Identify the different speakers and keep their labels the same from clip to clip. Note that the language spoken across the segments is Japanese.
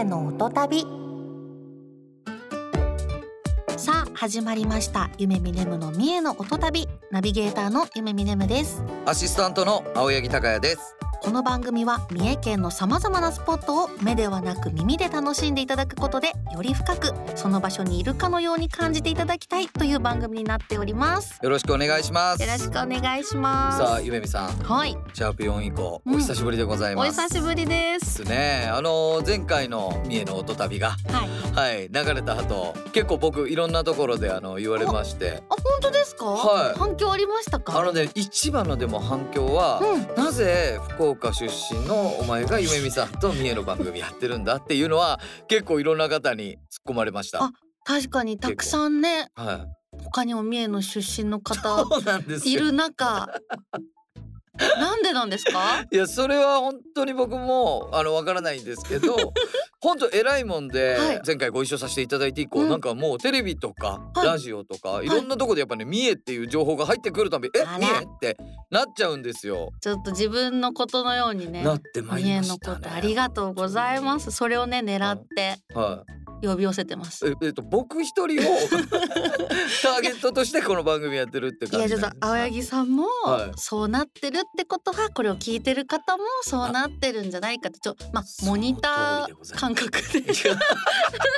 Speaker 1: 旅さあ始まりました夢みねむの三重の音旅ナビゲーターの夢みねむです
Speaker 2: アシスタントの青柳孝也です。
Speaker 1: この番組は三重県のさまざまなスポットを目ではなく耳で楽しんでいただくことでより深くその場所にいるかのように感じていただきたいという番組になっております
Speaker 2: よろしくお願いします。
Speaker 1: よろしくお願いします
Speaker 2: さあ、ゆめみさん、
Speaker 1: はい
Speaker 2: シャープ4以降、
Speaker 1: うん
Speaker 2: お久しぶりでござい
Speaker 1: お
Speaker 2: ます。
Speaker 1: 久しぶりで
Speaker 2: ですすね。あの前回の三重の音 旅が、
Speaker 1: はい。
Speaker 2: はい、流れた後、結構僕いろんなところであの言われまして、
Speaker 1: あ本当ですか、
Speaker 2: はい
Speaker 1: 反響ありましたか
Speaker 2: あのね一番のでも反響は。
Speaker 1: うん
Speaker 2: なぜ福岡出身のお前がゆめみさんと三重の番組やってるんだっていうのは結構いろんな方に突っ込まれました。
Speaker 1: あ確かにたくさんね
Speaker 2: は
Speaker 1: 他にも三重の出身の
Speaker 2: い。
Speaker 1: 方
Speaker 2: そうなんですよ。
Speaker 1: いる中なんでなんです か
Speaker 2: いやそれは本当に僕もあのわからないんです けど本当偉いもんで、
Speaker 1: はい
Speaker 2: 前回ご一緒させていただいて以降、
Speaker 1: うん
Speaker 2: なんかもうテレビとか、
Speaker 1: はい
Speaker 2: ラジオとかいろんなとこでやっぱね、三重っていう情報が入ってくるたびえ
Speaker 1: あら
Speaker 2: 三重ってなっちゃうんですよ。
Speaker 1: ちょっと自分のことのようにね
Speaker 2: なってまい
Speaker 1: 三重
Speaker 2: りま
Speaker 1: のこ
Speaker 2: した
Speaker 1: と
Speaker 2: ね。
Speaker 1: ありがとうございますそれをね狙って
Speaker 2: はい。
Speaker 1: 呼び寄せてます
Speaker 2: ええっと僕一人を ターゲットとしてこの番組やってるって
Speaker 1: い
Speaker 2: 感
Speaker 1: や
Speaker 2: じ
Speaker 1: ち
Speaker 2: な
Speaker 1: ょっ
Speaker 2: んです
Speaker 1: と
Speaker 2: ね。
Speaker 1: 青柳さんも
Speaker 2: はい
Speaker 1: そうなってるってことはこれを聞いてる方もそうなってるんじゃないかってちょまあ
Speaker 2: その
Speaker 1: モ
Speaker 2: 通り
Speaker 1: ニター
Speaker 2: でございます
Speaker 1: 感覚で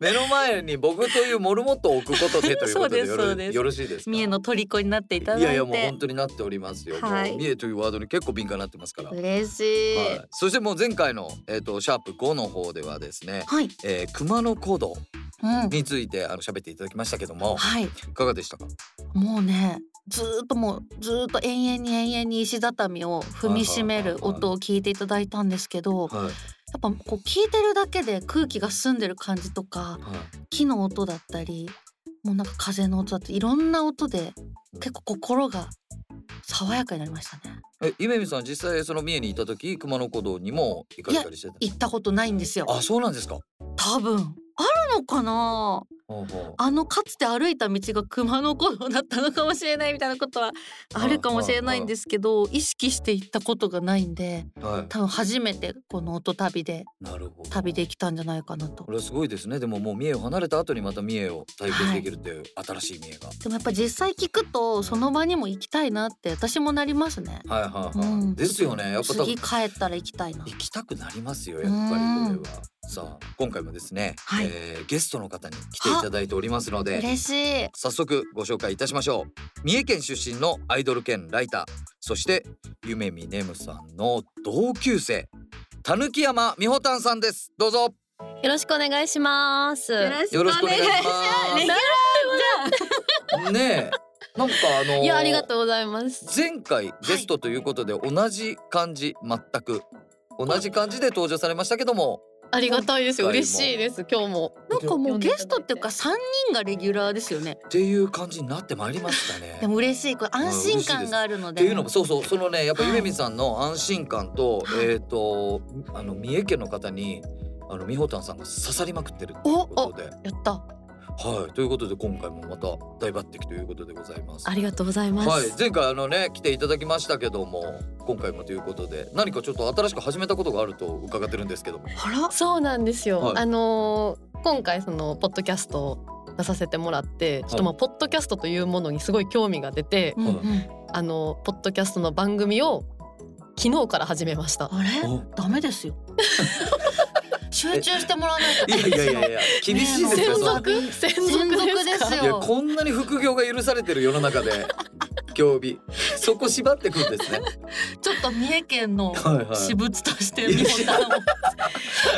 Speaker 2: 目の前に僕というモルモットを置くことでということで
Speaker 1: そうで
Speaker 2: よ
Speaker 1: すそ
Speaker 2: ろ
Speaker 1: うです
Speaker 2: よろしいですか。
Speaker 1: 三重の虜になっていただいて
Speaker 2: やいやもう本当になっておりますよ、
Speaker 1: はい
Speaker 2: もう三重というワードに結構敏感になってますから、はい、
Speaker 1: 嬉しい、
Speaker 2: そしてもう前回の、えー、とシャープ5の方ではですね、
Speaker 1: はい、
Speaker 2: えー、熊野古道
Speaker 1: うん、
Speaker 2: についてあの喋っていただきましたけども
Speaker 1: はい、
Speaker 2: いかがでしたか
Speaker 1: もうね、ずーっともうずーっと延々に延々に石畳を踏みしめる音を聞いていただいたんですけど、や
Speaker 2: は
Speaker 1: っ
Speaker 2: い、
Speaker 1: ぱこう聞いてるだけで空気が澄んでる感じとか、
Speaker 2: はい、
Speaker 1: 木の音だったり、もうなんか風の音だっていろんな音で結構心が爽やかになりましたね。
Speaker 2: え夢見さん実際その三重にいた時熊野古道にも行かれたりしてたんで
Speaker 1: 行ったことないんですよ
Speaker 2: す。かあそうなんですか
Speaker 1: 多分あるのかな。
Speaker 2: ほうほう
Speaker 1: あのかつて歩いた道が熊野古道だったのかもしれないみたいなことはあるかもしれないんですけど意識して行ったことがないんで
Speaker 2: はい
Speaker 1: 多分初めてこの音旅で
Speaker 2: なるほど
Speaker 1: 旅できたんじゃないかなと
Speaker 2: こ。れはすごいですねでももう三重を離れた後にまた三重を体験できるっていう新しい三重が、
Speaker 1: でもやっぱ実際聞くとその場にも行きたいなって私もなりますね。
Speaker 2: はいはい
Speaker 1: うん
Speaker 2: はい、ですよねやっぱ多
Speaker 1: 次
Speaker 2: 分
Speaker 1: 帰ったら行きたいな。
Speaker 2: 行きたくなりますよやっぱりこれは。さあ今回もですね、
Speaker 1: はい
Speaker 2: えーゲストの方に来ていただいておりますので
Speaker 1: 嬉しい。
Speaker 2: 早速ご紹介いたしましょう三重県出身のアイドル兼ライターそして夢見ねむさんの同級生たぬき山みほたんさんですどうぞ
Speaker 3: よろしくお願いします。
Speaker 2: よろしくお願いしますねえなんかあのー
Speaker 3: いやありがとうございます。
Speaker 2: 前回ゲストということで同じ漢字全く同じ漢字で登場されましたけども
Speaker 3: ありがたいですよ。
Speaker 2: 今回も
Speaker 3: 嬉しいです。今日も。
Speaker 1: なんかもうゲストっていうか三人がレギュラーですよね。
Speaker 2: っていう感じになってまいりました ね
Speaker 1: で。も嬉しいこれ安心感があるの
Speaker 2: っ
Speaker 1: で。
Speaker 2: ていうのもそうそうそ のねやっぱ
Speaker 1: はい
Speaker 2: ゆめみさんの安心感と、
Speaker 1: はい
Speaker 2: えっ、とあの三重県の方にあのみほたんさんが刺さりまくってるということで
Speaker 1: やった。
Speaker 2: はいということで今回もまた大抜擢ということでございます。
Speaker 3: ありがとうございます。
Speaker 2: はい前回あのね来ていただきましたけども今回もということで何かちょっと新しく始めたことがあると伺ってるんで すけども
Speaker 1: あら。
Speaker 3: そうなんですよ。
Speaker 2: はい
Speaker 3: あのー今回そのポッドキャストを出させてもらって、ちょっとまあポッドキャストというものにすごい興味が出て、
Speaker 1: うんうん。
Speaker 3: あのーポッドキャストの番組を昨日から始めました。
Speaker 1: あれ
Speaker 2: お
Speaker 1: ダメ ですよ集中してもらわないと
Speaker 2: いやいやいやいや厳しいです
Speaker 3: 専
Speaker 2: よ。そんな
Speaker 3: 属専
Speaker 1: 専
Speaker 3: 属
Speaker 1: 属
Speaker 3: で
Speaker 1: ですす
Speaker 3: か。
Speaker 2: いや
Speaker 1: よ
Speaker 2: こんなに副業が許されてる世の 中で競技そこ縛ってくんですね。
Speaker 1: ちょっと三重県の
Speaker 2: はいはい
Speaker 1: 私物としてみたを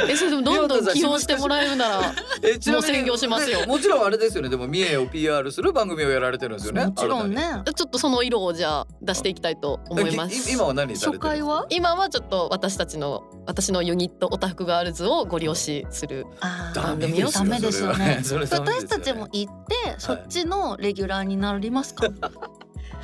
Speaker 3: えそれでもどんどん起用してもらえる なら。
Speaker 2: えちなみに
Speaker 3: もう専業しますよ
Speaker 2: ねもちろんあれですよねでも三重を PR する番組をやられてるんですよね
Speaker 1: もちろんね
Speaker 3: ちょっとその色をじゃあ出していきたいと思
Speaker 2: 新たに
Speaker 3: いま
Speaker 2: え
Speaker 3: す
Speaker 2: い。今は何され
Speaker 1: 初
Speaker 2: て
Speaker 1: 回
Speaker 2: る
Speaker 1: は
Speaker 3: 今はちょっと私たちの私のユニットオタフクガールズをご了承する
Speaker 1: あー
Speaker 2: ダメですよ
Speaker 1: ダメですよね
Speaker 2: それはねそれダメですよ
Speaker 1: 私
Speaker 2: ね
Speaker 1: たちも行ってそっちのレギュラーになりますか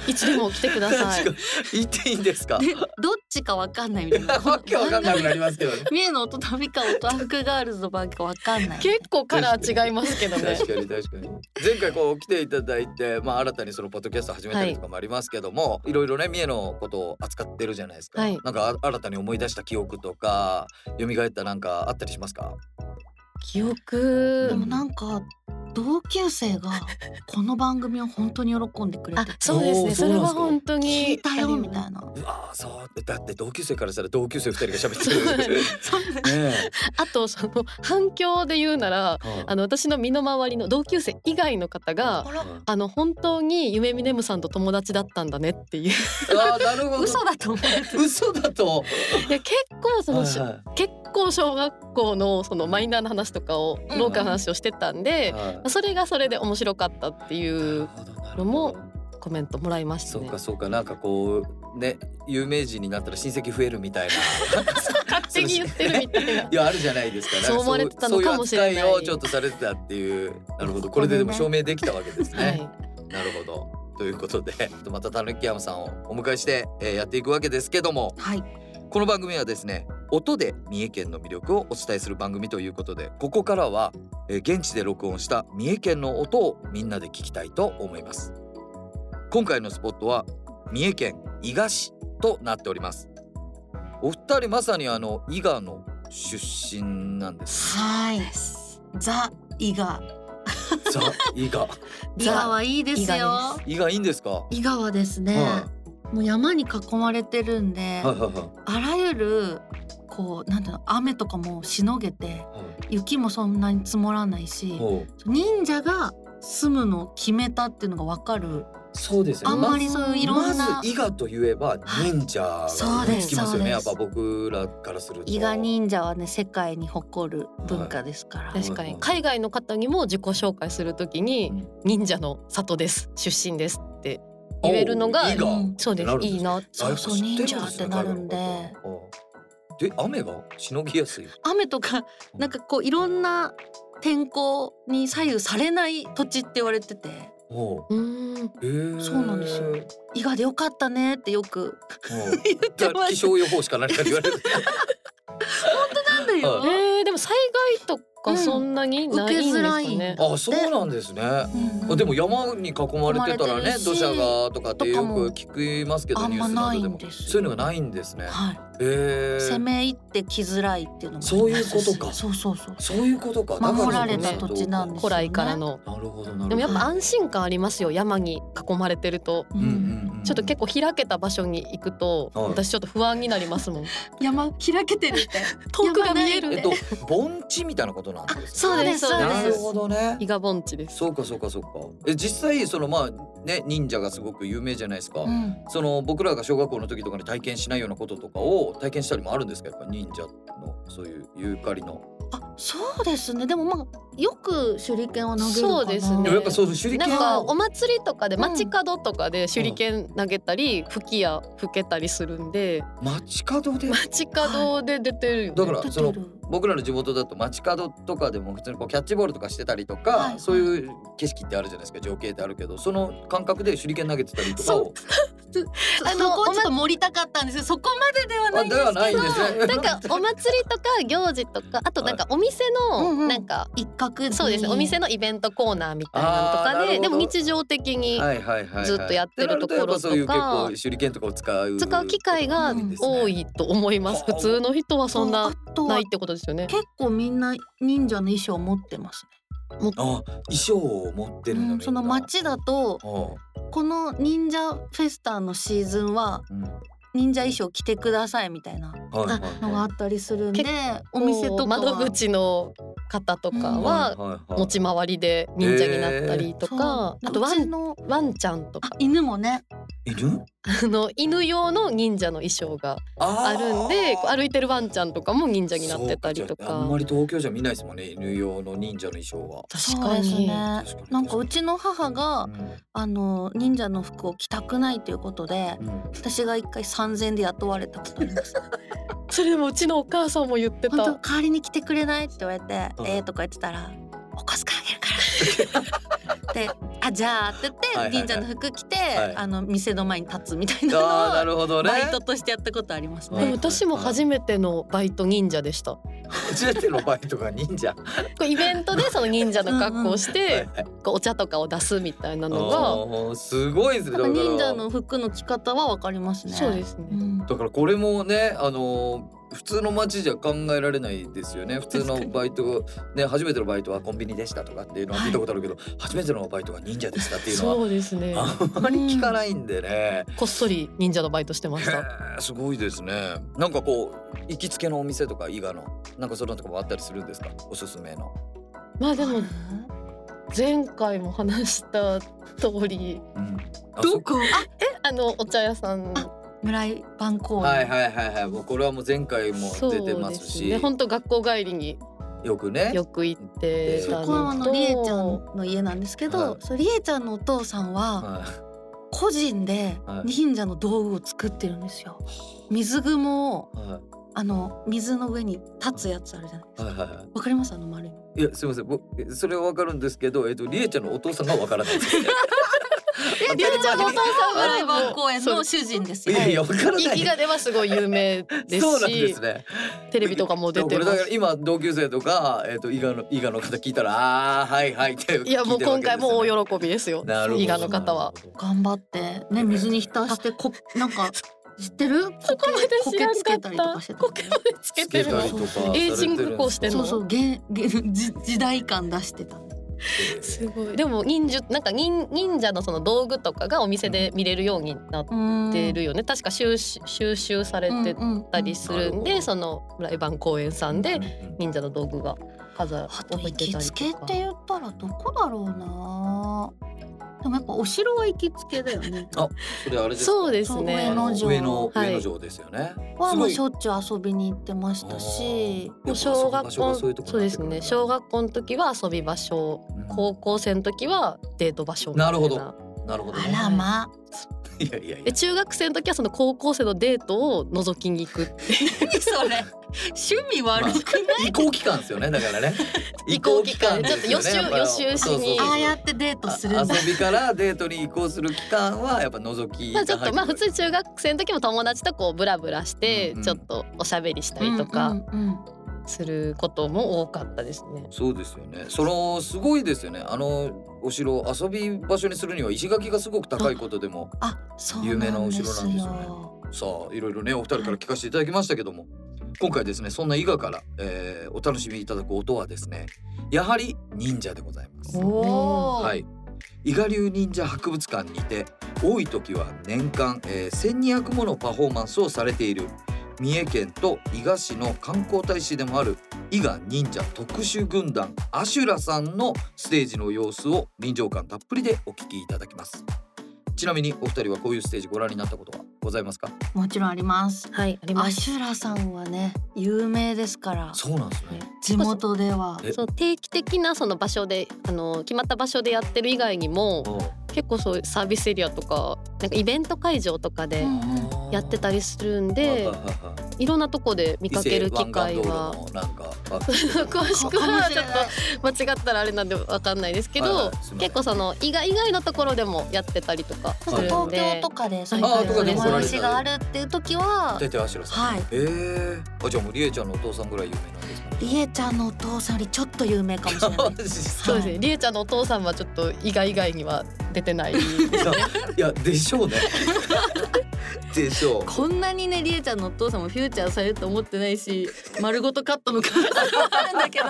Speaker 3: いつでも来てください
Speaker 2: 言っていいんですか
Speaker 1: でどっちかわかんないみたいな
Speaker 2: わけわかんなくなりますけどね
Speaker 1: 三重の音旅か音アフクガールズの番かわかんない
Speaker 3: 結構カラー違いますけどね
Speaker 2: 確かに確かに前回こう来ていただいて、まあ、新たにそのポッドキャスト始めたりとかもありますけども、い、ろいろね三重のことを扱ってるじゃないですか、
Speaker 3: はい
Speaker 2: なんかあ新たに思い出した記憶とか蘇ったなんかあったりしますか
Speaker 3: 記憶
Speaker 1: でもなんか同級生がこの番組を本当に喜んでくれて
Speaker 3: あ
Speaker 1: て
Speaker 3: そうです
Speaker 2: おー
Speaker 3: ね
Speaker 2: そう
Speaker 3: そ
Speaker 2: なん
Speaker 3: れ
Speaker 2: です
Speaker 3: は
Speaker 2: か
Speaker 3: 本当
Speaker 1: 聞
Speaker 3: に
Speaker 1: いたよみた
Speaker 3: あ
Speaker 1: いな
Speaker 2: うわーそうだって同級生からしたら同級生二人が喋って
Speaker 3: そうなん
Speaker 2: るねえ
Speaker 3: りますあとその反響で言うなら
Speaker 2: はい
Speaker 3: あの私の身の回りの同級生以外の方が
Speaker 1: あら
Speaker 2: うん
Speaker 3: あの本当に夢みねむさんと友達だったんだね っていうい
Speaker 2: あーなるほど
Speaker 1: 嘘だと思って
Speaker 2: 嘘だと
Speaker 3: や結構そのし
Speaker 2: は
Speaker 3: 結構小学校のそのマイナーな話とかを
Speaker 1: うん
Speaker 3: 廊下の話をしてたん
Speaker 2: い
Speaker 3: で
Speaker 2: はいはい
Speaker 3: それがそれで面白かったってい
Speaker 2: なる
Speaker 3: う
Speaker 2: ほどなるほど
Speaker 3: のもコメントもらいました
Speaker 2: そう
Speaker 3: ね
Speaker 2: か。そうかなんかこうね有名人になったら親戚増えるみ たいな
Speaker 3: 勝手に言ってるみたいな
Speaker 2: い。やあるじゃないですか。なんか
Speaker 3: そう思われてたのかもしれない
Speaker 2: そういう扱いをちょっとされてたっていう。なるほど。これででも証明できたわけですね。
Speaker 3: はい、
Speaker 2: なるほど。ということで、 またたぬき山さんをお迎えして、えーやっていくわけですけども、
Speaker 1: はい
Speaker 2: この番組はですね、音で三重県の魅力をお伝えする番組ということで、ここからは、えー現地で録音した三重県の音をみんなで聞きたいと思います。今回のスポットは三重県伊賀市となっております。お二人まさにあの伊賀の出身なんです。
Speaker 1: はいザ伊賀
Speaker 2: ザ伊賀。
Speaker 1: 伊賀はいいです
Speaker 3: 伊賀
Speaker 1: よ
Speaker 2: 伊賀いいんですか。は
Speaker 1: 伊賀はですね、
Speaker 2: は
Speaker 1: もう山に囲まれてるんで、
Speaker 2: いはいはい
Speaker 1: あらゆるこうなんていうの雨とかもしのげて雪もそんなに積もらないし
Speaker 2: ほう。
Speaker 1: 忍者が住むのを決めたっていうのがわかる
Speaker 2: そうですよ
Speaker 1: あ
Speaker 2: ね。
Speaker 1: んまりそういういろんな、
Speaker 2: まず伊賀といえば忍者が
Speaker 1: そうです
Speaker 2: つきますよね。や
Speaker 1: そう
Speaker 2: っ
Speaker 1: です
Speaker 2: ぱ僕らからすると。
Speaker 1: 伊賀忍者はね世界に誇る文化ですから、
Speaker 3: 確かに海外の方にも自己紹介するとき
Speaker 2: う
Speaker 3: に
Speaker 2: ん
Speaker 3: 「忍者の里です出身です」って言えるのが
Speaker 2: お伊賀
Speaker 1: うん
Speaker 3: そうで
Speaker 2: なるん
Speaker 3: す
Speaker 2: ですね
Speaker 3: いいなって
Speaker 1: そうそう
Speaker 2: あやっぱ知る
Speaker 1: 忍者ってなるんで
Speaker 2: 海外の方あで雨がしのぎやすい。
Speaker 1: 雨とかなんかこういろんな天候に左右されない土地って言われてて
Speaker 2: おう
Speaker 3: うーん
Speaker 2: へー
Speaker 1: そうなんですよ
Speaker 2: お
Speaker 1: 伊賀でよかったねってよく
Speaker 2: う
Speaker 1: てました
Speaker 2: 気象予報士か何かに言わ れる。
Speaker 1: なんだよ、
Speaker 2: は
Speaker 3: えー、でも災害とかそんなにないんで
Speaker 1: うん受
Speaker 3: すか
Speaker 1: けづらい
Speaker 3: ね、
Speaker 2: あ、そうなんですね。
Speaker 1: うん
Speaker 2: あでも山に囲まれてた
Speaker 1: 囲ま
Speaker 2: ら
Speaker 1: れて
Speaker 2: ね
Speaker 1: るし
Speaker 2: 土砂がとかってよく聞きますけ
Speaker 1: あ
Speaker 2: どニ
Speaker 1: ん
Speaker 2: ュ
Speaker 1: ま
Speaker 2: ースな
Speaker 1: ない
Speaker 2: どで
Speaker 1: ん
Speaker 2: も
Speaker 1: ですよ
Speaker 2: そういうのがないんですね。
Speaker 1: はい、
Speaker 2: へえ。
Speaker 1: 攻め入ってきづらいっていうのもありますし
Speaker 2: そういうことか
Speaker 1: そうそうそう
Speaker 2: そういうことか。だから
Speaker 1: 守られた土地なんですよね
Speaker 3: 古来からの。
Speaker 2: なるほどなるほど。
Speaker 3: でもやっぱ安心感ありますよ山に囲まれてると。
Speaker 1: うん
Speaker 3: ちょっと結構開けた場所に行くと、
Speaker 2: はい
Speaker 3: 私ちょっと不安になりま すもん。
Speaker 1: 山開けてるって
Speaker 3: 遠くが見え
Speaker 1: 構
Speaker 3: る。
Speaker 2: え
Speaker 1: 山
Speaker 2: っと盆地みたいなことなんで す
Speaker 1: そうです
Speaker 3: あ
Speaker 1: そう
Speaker 2: な
Speaker 1: で
Speaker 2: る
Speaker 1: す
Speaker 2: ほどね
Speaker 3: 伊。賀盆地です。
Speaker 2: そうかそうかそうか。え実際そのまあね忍者がすごく有名じゃないですか。
Speaker 1: うん
Speaker 2: その僕らが小学校の時とかに体験しないようなこととかを体験したりもあるんですかやっぱ忍者のそういうゆかりの。
Speaker 1: あそうですねでもまあよく手裏剣は投げるかな
Speaker 3: そうですね
Speaker 2: でもやっぱそういう手裏
Speaker 3: なん
Speaker 2: 剣
Speaker 3: かお
Speaker 2: は
Speaker 3: 祭りとかで
Speaker 1: うん
Speaker 3: 街角とかで手裏剣投げたり、吹き矢吹けたりするんで
Speaker 2: 街角 で。
Speaker 3: 街角で出てるよね、
Speaker 2: だから
Speaker 1: 出て
Speaker 2: その
Speaker 1: る
Speaker 2: 僕らの地元だと街角とかでも普通にこうキャッチボールとかしてたりとか、
Speaker 1: はいはい
Speaker 2: そういう景色ってあるじゃないですか情景ってあるけどその感覚で手裏剣投げてたりとか
Speaker 3: そ
Speaker 2: を
Speaker 1: あのこをちょっと盛りたかったんですよそこまでではな
Speaker 2: あ
Speaker 1: いんで
Speaker 2: です
Speaker 1: け
Speaker 2: は
Speaker 1: ど
Speaker 2: ないんですね。
Speaker 3: なんかお祭りとか行事とかあとなんかお店
Speaker 1: はいうんう
Speaker 3: の
Speaker 1: ん
Speaker 3: なんか、
Speaker 1: 一角に
Speaker 3: そうですねお店のイベントコーナーみたいなのと
Speaker 2: あーな
Speaker 3: か
Speaker 2: るほ
Speaker 3: で
Speaker 2: ど
Speaker 3: でも日常的に
Speaker 2: はいはいはいはい、
Speaker 3: ずっとやってるところ
Speaker 2: て
Speaker 3: とか
Speaker 2: なるやっぱそういう結構手裏剣とかを使う
Speaker 3: 使う機会が多いと思います
Speaker 2: うん
Speaker 3: 普通の人はそんな
Speaker 1: あとは
Speaker 3: ないってことですよね
Speaker 1: 結構みんな忍者の衣装を持ってます
Speaker 2: あ衣装を持って
Speaker 1: ね、う
Speaker 2: るの、みん
Speaker 1: ん
Speaker 2: な
Speaker 1: その街だと
Speaker 2: ああ
Speaker 1: この忍者フェスタのシーズンは
Speaker 2: うんはい
Speaker 1: 忍者衣装着てくださいみたいな
Speaker 2: はいはい
Speaker 1: のがあったりするんで
Speaker 3: 結
Speaker 1: お店とかは
Speaker 3: 窓口の方とかは持ち回りで忍者になったりとか、
Speaker 1: そう
Speaker 3: あとワ
Speaker 1: うち
Speaker 3: ン
Speaker 1: の
Speaker 3: ワンちゃんと
Speaker 1: あ
Speaker 3: か
Speaker 1: 犬もね
Speaker 2: 犬
Speaker 3: あの犬用の忍者の衣装が
Speaker 2: あー
Speaker 3: あるんでこう歩いてるワンちゃんとかも忍者になってたりと
Speaker 2: そうじゃああん
Speaker 3: か
Speaker 2: まり東京じゃ見ないですもんね犬用の忍者の衣装は
Speaker 3: 確
Speaker 1: そう
Speaker 3: か
Speaker 1: です
Speaker 3: に、
Speaker 1: ねなんかうちの母が
Speaker 2: うん
Speaker 1: あの忍者の服を着たくないということで
Speaker 2: うん
Speaker 1: 私が一回3,000で雇われたことあり ます
Speaker 3: それでもうちのお母さんも言って
Speaker 1: 本当
Speaker 3: た
Speaker 1: 代わりに来てくれないって言われて「
Speaker 2: うん
Speaker 1: ええ」とか言ってたら 「お小遣いあげるから」で「あじゃあ」って言って、
Speaker 2: はいはいはい
Speaker 1: 忍者の服着て
Speaker 2: はい
Speaker 1: あの店の前に立つみたい
Speaker 2: あー
Speaker 1: な
Speaker 2: な
Speaker 1: のを
Speaker 2: るほどね
Speaker 1: バイトとしてやったことあります
Speaker 2: はい
Speaker 3: でも
Speaker 1: ね。
Speaker 3: 私も初めてのバイト忍者でした。こ
Speaker 2: 初めてのバイトが忍者
Speaker 3: うイベントでその忍者の格好をし
Speaker 2: はいは
Speaker 3: て
Speaker 2: い
Speaker 3: こうお茶とかを出すみたいなのが
Speaker 2: あーすごいですね
Speaker 1: な
Speaker 2: だ
Speaker 1: ん
Speaker 2: か
Speaker 1: から忍者の服の着方はわかりますね。
Speaker 3: そうですね。
Speaker 1: うん
Speaker 2: だからこれもねあのー普通の街じゃ考えられないですよね普通のバイトね初めてのバイトはコンビニでしたとかっていうのは聞いたことあるけど、初めてのバイトが忍者でしたっていうのは
Speaker 3: そうですね。
Speaker 2: あんまり聞かないんでね、
Speaker 3: こっそり忍者のバイトして ました。
Speaker 2: へーすごいですねなんかこう行きつけのお店とか伊賀のなんかそんなとこもあったりするんですかおすすめの
Speaker 3: まあでも前回も話した通り、
Speaker 2: うんあ
Speaker 1: どこ？あ、
Speaker 3: あのお茶屋さん
Speaker 1: 村井晩公園。
Speaker 2: はいはいはいはいもうこれはもう前回も
Speaker 3: そう
Speaker 2: 出
Speaker 3: で
Speaker 2: てます
Speaker 3: す
Speaker 2: し
Speaker 3: ね。本当学校帰りに
Speaker 2: よくね
Speaker 3: よく行って
Speaker 1: そ
Speaker 3: た
Speaker 1: こはあ
Speaker 3: のと。
Speaker 1: のりえちゃんの家なんですけど、
Speaker 2: はい
Speaker 1: それりえちゃんのお父さんは
Speaker 2: は
Speaker 1: 個人で
Speaker 2: はい
Speaker 1: 忍者の道具を作ってるんですよ。水雲を
Speaker 2: いは
Speaker 1: あの水の上に立つやつあるじゃない。
Speaker 2: いはいはいは
Speaker 1: わかりますあの丸いの。
Speaker 2: いいやすみません僕それはわかるんですけどえっとりえちゃんのお父さんがわからない です
Speaker 3: えりえちゃんのお父さんは
Speaker 1: 村井晩公園の主人です
Speaker 2: い
Speaker 1: よ。
Speaker 2: やいやわからない
Speaker 3: 伊賀ではすごい有名ですし
Speaker 2: そうなんですね
Speaker 3: テレビとかも出
Speaker 2: これ
Speaker 3: てま
Speaker 2: だから
Speaker 3: す
Speaker 2: 今同級生とかえっと伊賀の伊賀の方聞いたらああはいはいって聞いて
Speaker 3: い
Speaker 2: る
Speaker 3: や
Speaker 2: わけ
Speaker 3: もう今回
Speaker 2: で
Speaker 3: も
Speaker 2: すね
Speaker 3: 大喜びですよ
Speaker 2: なるほど
Speaker 3: 伊賀の方は
Speaker 1: 頑張ってね水に浸してこなんか知ってる？ここ
Speaker 3: 私知らん
Speaker 1: つ
Speaker 3: か
Speaker 1: け
Speaker 3: った
Speaker 1: りとかしてた。
Speaker 3: コケまでつけてるの
Speaker 1: つけたり
Speaker 3: エイジングこうしてん
Speaker 1: そ
Speaker 3: の
Speaker 1: うそう現現時時代感出してた。
Speaker 3: すごいでも忍術なんか忍忍者のその道具とかがお店で見れるようになっ
Speaker 1: うん
Speaker 3: てるよね、確か収集収集されてたりするんで、
Speaker 2: うんうん
Speaker 3: その村井晩公園さんで
Speaker 2: で
Speaker 3: 忍者の道具が飾
Speaker 1: あと
Speaker 3: 置
Speaker 1: 行
Speaker 3: いて
Speaker 1: き
Speaker 3: たり
Speaker 1: つけっ
Speaker 3: とか
Speaker 1: て言ったらどこだろうなでもやっぱお城は行きつけだよね
Speaker 2: あそれあれですか
Speaker 3: そうですね
Speaker 1: 上野城
Speaker 2: 上の
Speaker 3: はい
Speaker 2: 上の城ですよね、
Speaker 1: は
Speaker 2: す
Speaker 1: も
Speaker 2: ご
Speaker 1: う
Speaker 2: い
Speaker 1: しょっちゅう遊びに行ってましたし
Speaker 2: あー
Speaker 3: 小学
Speaker 2: やっぱ
Speaker 3: 校
Speaker 2: そ
Speaker 3: そうう
Speaker 2: いうとこにな
Speaker 3: で
Speaker 2: って
Speaker 3: す
Speaker 2: くるんだ
Speaker 3: ね小学校の時は遊び場所
Speaker 2: うん
Speaker 3: 高校生の時はデート場所みたい
Speaker 2: なるほどなるほど
Speaker 1: あ
Speaker 2: ね
Speaker 1: らま
Speaker 2: いやいやいや
Speaker 3: で中学生の時はその高校生のデートを覗きに行くっていう
Speaker 1: 何それ趣味悪くない、
Speaker 2: 移行期間ですよねだから ね
Speaker 3: 移行期間
Speaker 2: ですよね
Speaker 3: ちょっと予習
Speaker 2: やぱ
Speaker 3: 予習しに
Speaker 1: ああやってデートするんだ
Speaker 2: あ遊びからデートに移行する期間はやっぱ覗き
Speaker 3: ま
Speaker 2: が
Speaker 3: あちょっとまあ
Speaker 2: 入っ
Speaker 3: 普
Speaker 2: てくる
Speaker 3: 通中学生の時も友達とこうブラブラして
Speaker 2: うんうん
Speaker 3: ちょっとおしゃべりしたりと
Speaker 1: うん
Speaker 3: か
Speaker 1: うんうん
Speaker 3: することも多かったですね。
Speaker 2: そうですよねそのすごいですよねあのお城を遊び場所にするには石垣がすごく高いことでも
Speaker 1: あそう
Speaker 2: 有名な
Speaker 1: な
Speaker 2: お
Speaker 1: んで
Speaker 2: 城
Speaker 1: す
Speaker 2: なんですよね
Speaker 1: よ
Speaker 2: さあいろいろねお二人から聞かせていただきましたけども今回ですねそんな伊賀から、えーお楽しみいただく音はですねやはり忍者でございます。
Speaker 1: おお、
Speaker 2: はい、伊賀流忍者博物館にて多い時は年間、えー1200ものパフォーマンスをされている三重県と伊賀市の観光大使でもある伊賀忍者特殊軍団アシュラさんのステージの様子を臨場感たっぷりでお聞きいただきますちなみにお二人はこういうステージご覧になったことはございますか
Speaker 1: もちろんあります
Speaker 3: はいあり
Speaker 1: ア
Speaker 3: ます。
Speaker 1: シュラさんはね有名ですから
Speaker 2: そうなんですね
Speaker 1: 地元では
Speaker 2: え
Speaker 3: その定期的なその場所であの決まった場所でやってる以外にも結構そういうサービスエリアとかなんかイベント会場とかで
Speaker 1: うん
Speaker 3: やって
Speaker 2: り
Speaker 3: たりするんでいろんなとこで見かける機会は
Speaker 2: なんかあ
Speaker 3: 詳しく
Speaker 1: かも
Speaker 3: は
Speaker 1: し
Speaker 3: ち
Speaker 1: れな
Speaker 3: ょっ
Speaker 1: い
Speaker 3: と間違ったらあれなんでわかんないですけど、
Speaker 2: はいはいすいません
Speaker 3: 結構その以外以外のところでもやってたりとかす
Speaker 1: なん
Speaker 3: る
Speaker 1: か東
Speaker 3: んで、
Speaker 1: 京とかでそうい
Speaker 3: あー
Speaker 1: う
Speaker 3: 東京でも来ら
Speaker 1: 催
Speaker 3: れた
Speaker 1: しがあるっていう時は
Speaker 2: 出てアシュラさん
Speaker 1: はい
Speaker 2: ええあじゃあもうリエちゃんのお父さんぐらい有名なんですかね。
Speaker 1: りえちゃんのお父さんよりちょっと有名かもしれない
Speaker 2: マジっすか
Speaker 3: そうですねりえちゃんのお父さんはちょっと以外以外には出てない
Speaker 2: いやでしょうね。でしょう。
Speaker 1: こんなにねりえちゃんのお父さんもフューチャーされると思ってないし丸ごとカットの可能性もあるんだけど